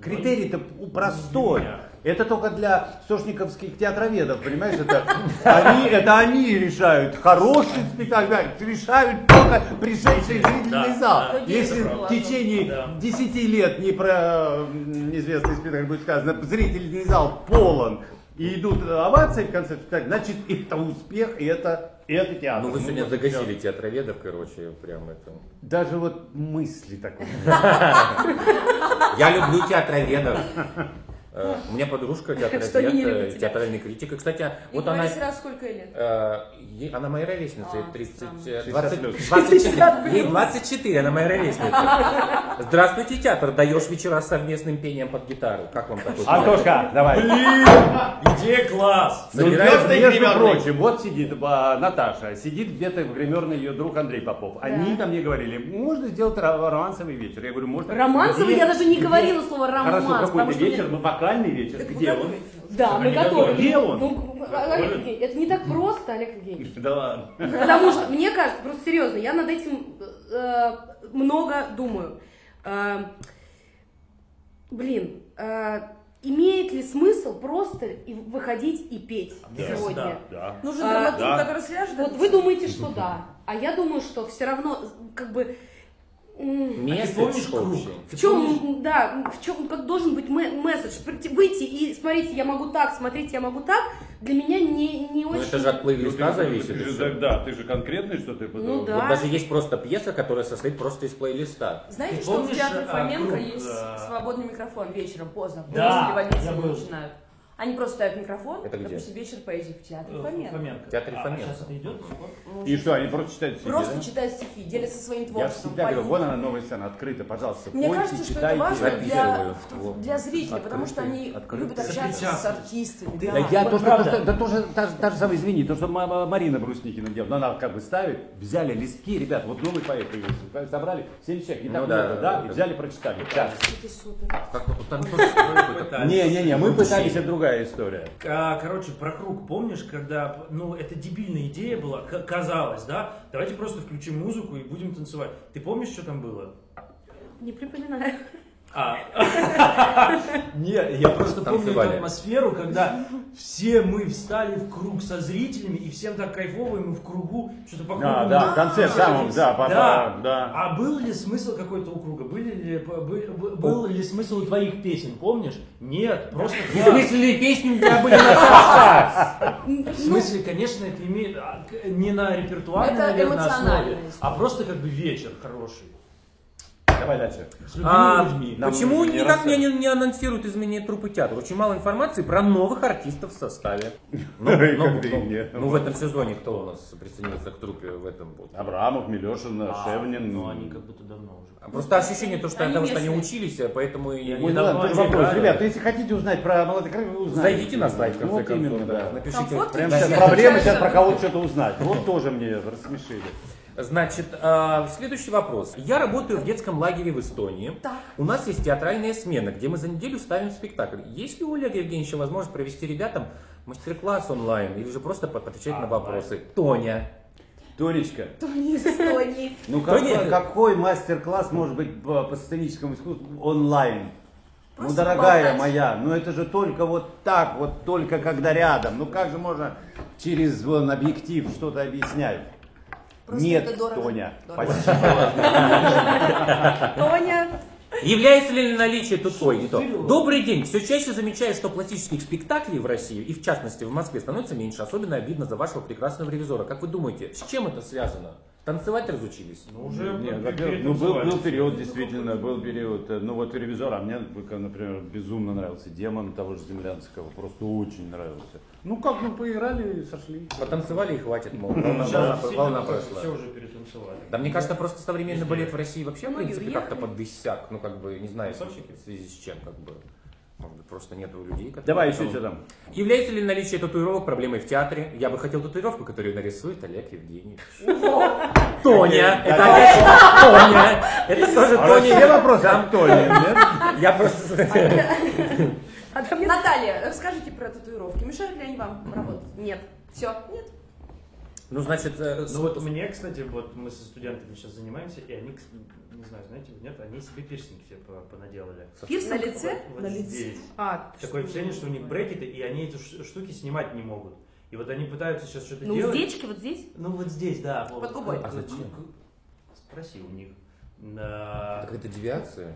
S2: критерий-то
S4: Ну,
S2: у- простой. Это только для сошниковских театроведов, понимаешь? Это они, это они решают. Хороший спектакль да, решают только пришедшие в зрительный
S4: Да,
S2: зал.
S4: да,
S2: Если
S4: это
S2: в
S4: правда.
S2: течение
S4: Да.
S2: 10 лет не про м, известный спектакль будет сказано, зрительный зал полон, и идут овации в конце спектакля, значит, это успех, и это, и это театр.
S1: Ну, вы сегодня
S2: вот,
S1: загасили театроведов, короче, прям это...
S2: Даже вот мысли такой.
S1: Я люблю театроведов. Э, У меня подружка
S3: Что они не любят
S1: театровед, э,
S3: тебя.
S1: театральный критик. И, кстати, а,
S6: Не
S1: вот она...
S6: говори сразу, сколько ей лет.
S1: э, ей- Она моя ровесница, ей
S6: А,
S1: 30,
S6: странно.
S1: э,
S2: 60 плюс.
S1: 24, ей 24, она моя ровесница. Здравствуйте, театр, даешь вечера с совместным пением под гитару. Как вам такой? проект?
S2: Антошка, давай.
S4: Где класс?
S2: Ну,
S1: Собирается
S2: Между между
S7: гримерный.
S2: прочим, вот сидит а, Наташа, сидит где-то в гримерной ее друг Андрей Попов. Они там мне говорили, можно сделать ро- романсовый вечер. Я говорю, можно.
S3: Романсовый,
S2: Где?
S3: я даже не
S2: Где?
S3: говорила слово романс.
S2: Хорошо,
S3: потому
S2: какой-то
S3: что мне-
S2: вечер, ну, вокальный вечер. Где он?
S3: Да, А мы
S2: Они
S3: готовы.
S2: готовы. Где он?
S3: Ну, Олег Евгеньевич, это не так просто, Олег Евгеньевич.
S2: Да ладно.
S3: Потому что, мне кажется, просто серьезно, я над этим э, много думаю. Э, блин, э, имеет ли смысл просто и выходить и петь сегодня?
S4: да,
S2: Да.
S6: Нужен
S3: А,
S6: драматург,
S2: да.
S6: который свяжет.
S3: Вот
S6: это
S3: вы
S6: всё.
S3: думаете, что да, а я думаю, что все равно, как бы, м,
S4: А ты
S1: Место
S4: помнишь
S1: что
S4: круг?
S1: вообще?
S4: Ты
S3: в чем,
S4: помнишь?
S3: м, да, в чем, как должен быть ме- месседж, Прийти- выйти и смотрите, я могу так, смотрите, я могу так, для меня не, не
S1: Ну,
S3: очень...
S1: это же от плейлиста зависит. и всё.
S2: Да, ты же конкретный, что ты
S3: Ну да.
S1: Вот даже есть просто пьеса, которая состоит просто из плейлиста.
S6: Знаете,
S4: Ты
S6: что
S4: помнишь,
S6: в театре
S4: а,
S6: Фоменко
S4: круг,
S6: есть
S4: а-
S6: свободный микрофон вечером поздно?
S4: Да,
S6: Да, в больнице
S4: я
S6: его
S4: был.
S6: начинают. Они просто ставят микрофон,
S1: Это где?
S6: допустим, вечер поэзии в театре
S4: Э,
S6: Фоменко.
S4: Фоменко.
S1: Театр
S4: А,
S1: Фоменко.
S4: Сейчас это идет?
S6: Ну,
S2: И что, они просто читают стихи,
S6: Просто
S2: да?
S6: читают стихи, делятся своим
S2: Я
S6: творчеством.
S2: всегда говорю,
S6: поют.
S2: вон она новая сцена, открыта, пожалуйста,
S6: Мне
S2: ходите,
S6: кажется, что это
S2: читайте,
S6: важно для,
S1: записываю. Вот.
S6: для зрителя, потому что
S2: Открытый,
S6: они
S2: открытый.
S6: любят общаться с
S4: Запечатать.
S6: артистами.
S2: Да
S6: да.
S2: а я
S4: вот
S2: то, что, то,
S4: правда.
S2: что- да тоже та, же- та же самая, извини, то, что ма- ма- Марина Брусникина делала, но она как бы ставит, взяли листки, ребят, вот новый поэт появился, правильно, собрали 70 человек, не
S1: Ну
S2: так
S1: да,
S2: много,
S1: да,
S2: да,
S1: да.
S2: и взяли, прочитали. Да.
S6: Это супер.
S1: Как вот там тоже свой какой-то-
S2: Не-не-не, мы пытались, это другая история.
S4: А, Короче, про круг, помнишь, когда, ну, это дебильная идея была, к- казалось, да? Давайте просто включим музыку и будем танцевать. Ты помнишь, что там было?
S3: Не припоминаю.
S4: А. Нет, я просто помню эту
S1: Танцевали.
S4: атмосферу, когда все мы встали в круг со зрителями, и всем так кайфово, и мы в кругу
S1: А,
S4: что-то по
S2: Да,
S4: кругу
S2: А, да, в конце в самом, да, по-
S4: Да.
S2: по- да.
S4: А был ли смысл какой-то у круга? Были ли, б- бы- б- был ли смысл у твоих песен, помнишь? Нет, просто... класс. Ну,
S1: Мысли песню для были Наташа.
S4: В смысле, конечно, это имеет а, к- не на репертуарной,
S6: Это
S4: наверное,
S6: эмоциональная
S4: основе, а
S6: история.
S4: просто как бы вечер хороший.
S2: Давай дальше.
S4: С любыми
S1: А,
S4: людьми.
S2: Нам
S1: Почему
S2: уже не
S1: никак не,
S2: рассказывали.
S1: не анонсируют изменение трупы театра? Очень мало информации про новых артистов в составе. Ну,
S2: И
S1: ну,
S2: как-то и
S1: ну,
S2: нет.
S1: ну, в этом сезоне кто у нас присоединился к трупе в этом вот?
S2: Абрамов, Милешин, Шевнин.
S4: Ну, они как будто давно уже.
S1: Просто ощущение, то, что
S6: Они
S1: потому что они
S6: местные.
S1: учились, а поэтому и
S4: Ой,
S2: Ой,
S1: не
S2: ну ладно,
S4: давно
S2: тоже
S4: не
S2: вопрос.
S4: играли.
S2: Ребят, если хотите узнать про молодых крыльев, вы узнаете.
S1: Зайдите на сайт, в
S2: Ну,
S1: конце
S2: вот
S1: концов,
S2: именно,
S1: да.
S2: да.
S1: Напишите.
S6: Комфортно.
S1: прям
S2: Прям
S1: сейчас.
S2: сейчас проблема сейчас про кого-то что-то узнать. Вот тоже мне рассмешили.
S1: Значит, э, следующий вопрос. Я работаю в детском лагере в Эстонии.
S6: Так.
S1: У нас есть театральная смена, где мы за неделю ставим спектакль. Есть ли у Олега Евгеньевича возможность провести ребятам мастер-класс онлайн или же просто по- отвечать на вопросы? Тоня.
S2: Тонечка,
S6: Тони из Эстонии.
S2: ну
S1: Кто
S2: какой,
S1: нет?
S2: какой мастер-класс может быть по, по сценическому искусству онлайн? ну,
S6: Просто
S2: дорогая
S6: болтать.
S2: моя, ну это же только вот так, вот только когда рядом. Ну как же можно через вон, объектив что-то объяснять?
S6: Просто
S2: Нет,
S6: это дорого.
S2: Тоня,
S6: Дорого.
S2: спасибо.
S3: Тоня,
S1: Является ли наличие тупой? Не то. Добрый день. Все чаще замечаю, что пластических спектаклей в России, и в частности в Москве, становится меньше. Особенно обидно за вашего прекрасного ревизора. Как вы думаете, с чем это связано? Танцевать разучились?
S4: Ну, уже
S2: Нет,
S4: ну,
S2: во-первых, ну был, был период, действительно, был период, э, ну вот ревизор, а мне, например, безумно нравился демон того же Землянского, просто очень нравился. Ну как, ну поиграли и сошли.
S1: Потанцевали и хватит, мол, волна, волна-
S4: Сейчас
S1: волна
S4: действительно
S1: прошла.
S4: все уже перетанцевали.
S1: Да мне кажется, просто современный балет в России вообще, в
S3: Многие
S1: принципе,
S3: уехали.
S1: как-то подвисяк. Ну, как бы, не знаю, в связи с чем, как бы. Может быть, просто нету людей, которые...
S2: Давай еще что там.
S1: Является ли наличие татуировок проблемой в театре? Я бы хотел татуировку, которую нарисует Олег Евгеньевич. Тоня! Это опять Тоня! Это тоже
S2: А вот все
S1: Тоня.
S2: вопросы от Тони, нет?
S1: Я просто...
S3: а там нет?
S6: Наталья, расскажите про татуировки. Мешают ли они вам работать?
S3: Нет.
S6: Все, нет?
S1: Ну, значит, э, с-
S4: Ну вот мне, кстати, вот мы со студентами сейчас занимаемся, и они, кс- не знаю, знаете, вы, нет, они себе пирсинг все по- понаделали.
S3: Пирс
S6: На лице?
S4: Вот
S6: На лице.
S4: здесь.
S3: А,
S4: Такое ощущение, что у них брекеты, и они эти ш- штуки снимать не могут. И вот они пытаются сейчас что-то
S3: ну,
S4: делать.
S3: уздечки вот здесь.
S4: Ну вот здесь, да. вот.
S6: Под губой.
S4: К-
S1: А зачем?
S4: к- Спроси у них. Да.
S1: так это девиация?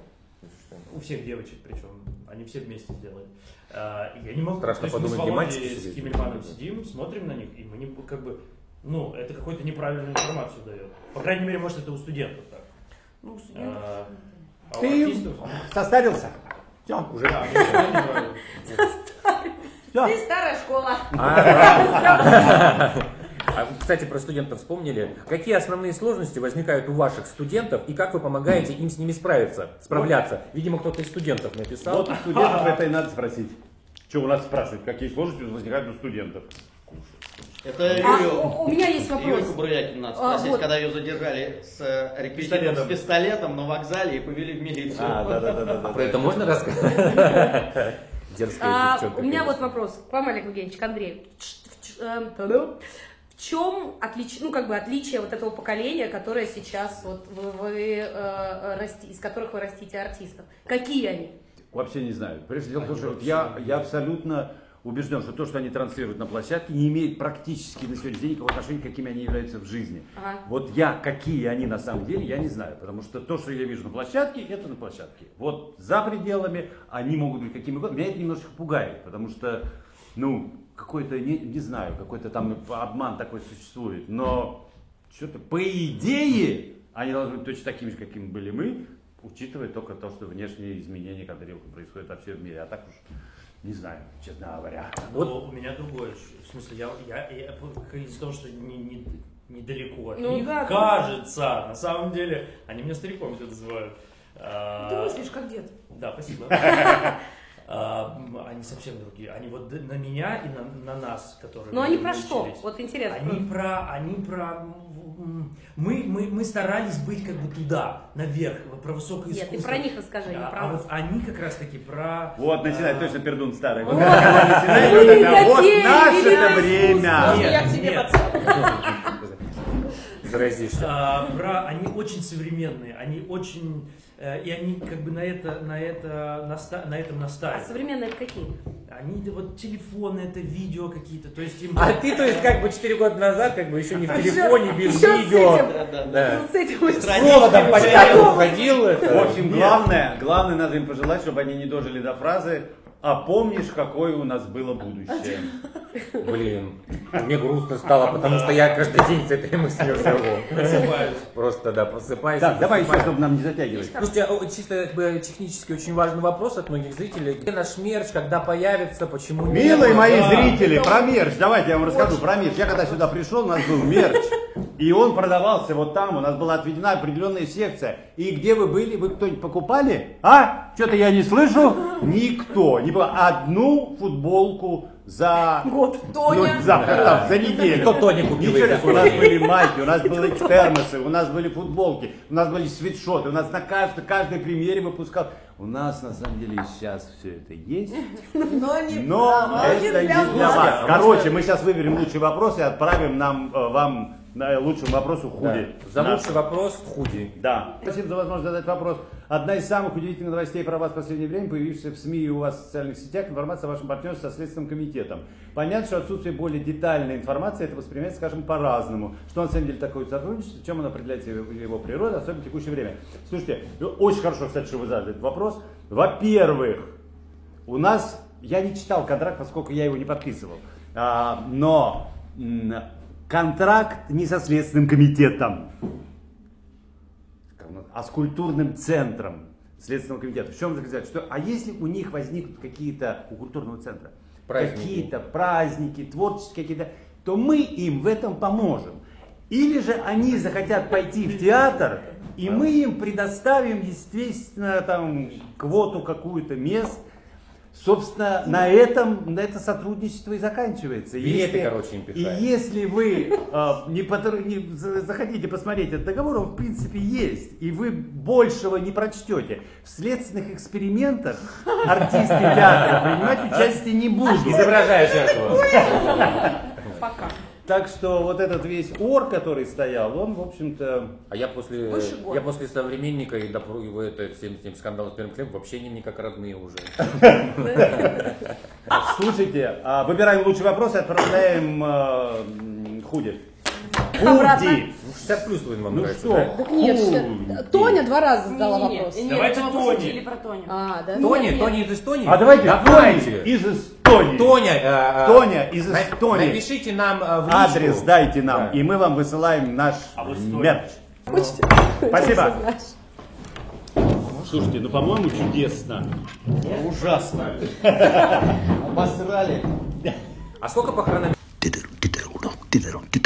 S4: У всех девочек причем. Они все вместе сделали. А, и я не мог...
S1: Страшно
S4: то есть мы
S1: подумать,
S4: с
S1: где
S4: Володей,
S1: мальчики
S4: с
S1: сидят.
S4: Кимельманом сидим, смотрим на них, и мы не б- как бы... Ну, это какую-то неправильную информацию дает. По крайней мере, может, это у студентов так.
S6: Ну, у студентов.
S4: А, а у
S2: Ты-
S4: артистов...
S2: Состарился? Все, уже.
S4: Да, мне это не нравится.
S6: Ты старая школа.
S1: А, Кстати, про студентов вспомнили. Какие основные сложности возникают у ваших студентов и как вы помогаете им с ними справиться, справляться? Видимо, кто-то из студентов написал.
S2: Вот у студентов это и надо спросить. Что у нас спрашивают, какие сложности возникают у студентов?
S7: Это
S3: А,
S7: Юрию.
S3: у- у меня есть вопрос.
S7: Юрию Бурякину надо
S3: А,
S7: спросить,
S3: вот.
S7: когда ее задержали с э, реквизитом,
S4: Пистолетом.
S7: с пистолетом на вокзале и повели в милицию.
S2: А, да-да-да.
S1: Про это можно рассказать? Дерзкая
S3: А,
S1: девчонка.
S3: у меня вот вопрос к вам, Олег Евгеньевич, к Андрею. Ч- в ч- эм, та-дам. В чем отлич... ну, как бы отличие вот этого поколения, которое сейчас вот вы, вы, э, расти- из которых вы растите артистов? Какие они?
S2: Вообще не знаю. Прежде всего, потому что вот я, я абсолютно убежден, что то, что они транслируют на площадке, не имеет практически на сегодняшний день никакого отношения, какими они являются в жизни.
S3: Ага.
S2: Вот я, какие они на самом деле, я не знаю. Потому что то, что я вижу на площадке, это на площадке. Вот за пределами они могут быть какими угодно. Меня это немножко пугает, потому что, ну, какой-то, не, не знаю, какой-то там обман такой существует. Но что-то, по идее, они должны быть точно такими же, какими были мы, учитывая только то, что внешние изменения, когда происходят во всем мире. А так уж Не знаю, честно говоря.
S1: Вот.
S4: Но у меня другое. ощущение. В смысле, я, я, я по- из-за того, что не- не- недалеко от
S3: Ну
S4: них,
S3: да,
S4: кажется, на самом деле, они меня стариком это называют. А,
S3: Ты мыслишь, как дед.
S4: Да, спасибо. А, м, Они совсем другие. Они вот д- на меня и на, на нас, которые...
S3: Но
S4: мы
S3: Ну, они про что?
S4: учились.
S3: Вот интересно.
S4: Они про, они про, м, мы, мы, мы старались быть как бы туда, наверх, про высокое
S3: Нет,
S4: искусство.
S3: ты про них расскажи, не
S4: А,
S3: про
S4: а
S3: вас.
S4: вот они как раз таки про...
S2: Вот, начинает
S4: а,
S2: точно пердун старый. Вот,
S3: Вот.
S2: начинает
S3: Мы
S2: вот это, вот
S3: хотели
S2: наше это
S3: искусство.
S2: время.
S4: Нет,
S6: я к тебе
S4: нет.
S1: Заразишься.
S4: А, про они очень современные, они очень э, и они как бы на это на это наста- на этом
S3: А
S4: настаивают.
S3: современные это какие?
S4: Они да, вот телефоны, это видео какие-то, то есть им.
S1: А ты, то есть, как бы 4 года назад, как бы еще не в
S3: А ещё-
S1: телефоне, без
S3: ещё с
S1: видео.
S3: этим.
S1: Да.
S3: С этим очень
S1: Проводом по чату ходил.
S2: В
S1: это.
S2: общем, главное, главное, надо им пожелать, чтобы они не дожили до фразы «А помнишь, какое у нас было будущее?»
S1: Блин, мне грустно стало, потому что я каждый день с этой мыслью живу. Просто, да, просыпаюсь.
S2: Так,
S1: и
S2: давай еще,
S1: просыпаюсь.
S2: чтобы нам не затягивать.
S1: Слушайте, а, о, чисто как бы, технически очень важный вопрос от многих зрителей. Где наш мерч, когда появится, почему не
S2: Милые
S1: было?
S2: мои
S1: Да.
S2: зрители, про мерч, давайте я вам расскажу про мерч. Я когда сюда пришел, у нас был мерч, и он продавался вот там, у нас была отведена определенная секция. И где вы были, вы кто-нибудь покупали? А? Что-то я не слышу. Никто. Не было. Одну футболку за... Год.
S6: Тоня.
S2: за, там, за неделю.
S1: И то Тоня купила
S2: Ничего,
S1: из-за
S2: у нас
S1: Сони.
S2: были майки, у нас были термосы, у нас были футболки, у нас были свитшоты, у нас на каждой, каждой премьере выпускал. У нас на самом деле сейчас все это есть.
S6: Но не
S2: Но
S6: права,
S2: это не для вас. Короче, мы сейчас выберем лучший вопрос и отправим нам э, вам на лучшем вопросу худи.
S1: За
S2: Да.
S1: лучший вопрос худи.
S2: Да. Спасибо за возможность задать вопрос. Одна из самых удивительных новостей про вас в последнее время, появившаяся в СМИ и у вас в социальных сетях, информация о вашем партнерстве со Следственным комитетом. Понятно, что отсутствие более детальной информации это воспринимается, скажем, по-разному. Что на самом деле такое сотрудничество, чем оно определяется его, его природа, особенно в текущее время. Слушайте, ну, очень хорошо, кстати, что вы задали этот вопрос. Во-первых, у нас, я не читал контракт, поскольку я его не подписывал, А, но м, контракт не со Следственным комитетом, а с культурным центром Следственного комитета. В чем заключается? Что, а если у них возникнут какие-то, у культурного центра,
S1: Праздники.
S2: какие-то праздники, творческие какие-то, то мы им в этом поможем. Или же они захотят пойти в театр, и мы им предоставим, естественно, там квоту какую-то мест. Собственно, на этом на это сотрудничество и заканчивается.
S1: Билеты, короче, им
S2: и
S1: пихают.
S2: если вы э, не, потр- не за- захотите посмотреть этот договор, он в принципе есть, и вы большего не прочтете. В следственных экспериментах артисты театра принимать участие не будут.
S1: Изображаешь жертву.
S3: Пока.
S2: Так что вот этот весь ор, который стоял, он, в общем-то,
S1: А я после,
S6: Выше год.
S1: я после современника и допру его это всем этим скандалом с первым хлебом вообще не, не как родные уже.
S2: слушайте, а, выбираем лучший вопрос и отправляем э, м, худи.
S3: Обратно?
S2: Худи!
S1: Ну, 60 плюс вы вам
S2: Ну
S1: нравится,
S2: что,
S1: да?
S8: Нет,
S2: худи.
S8: что- Тоня два раза задала
S6: Не, не,
S8: вопрос.
S6: не,
S4: Давайте
S6: мы
S4: Тони.
S6: пошутили про Тоню.
S8: А, да?
S1: Тоня,
S8: Нет,
S1: Тоня из Эстонии?
S2: А давайте Тоня
S1: Давайте.
S2: из Эстонии.
S1: Тоня, э, э,
S2: Тоня из
S1: на-
S2: Эстонии.
S1: Напишите нам э, в личку.
S2: Адрес дайте нам,
S1: Да.
S2: и мы вам высылаем наш
S4: вот стоит.
S2: мерч.
S8: Почти.
S2: Спасибо.
S8: Всё знаешь.
S2: Слушайте, ну по-моему чудесно.
S7: Ужасно. Обосрали.
S1: А сколько похорон
S9: Diddle, diddle, no, diddle, diddle.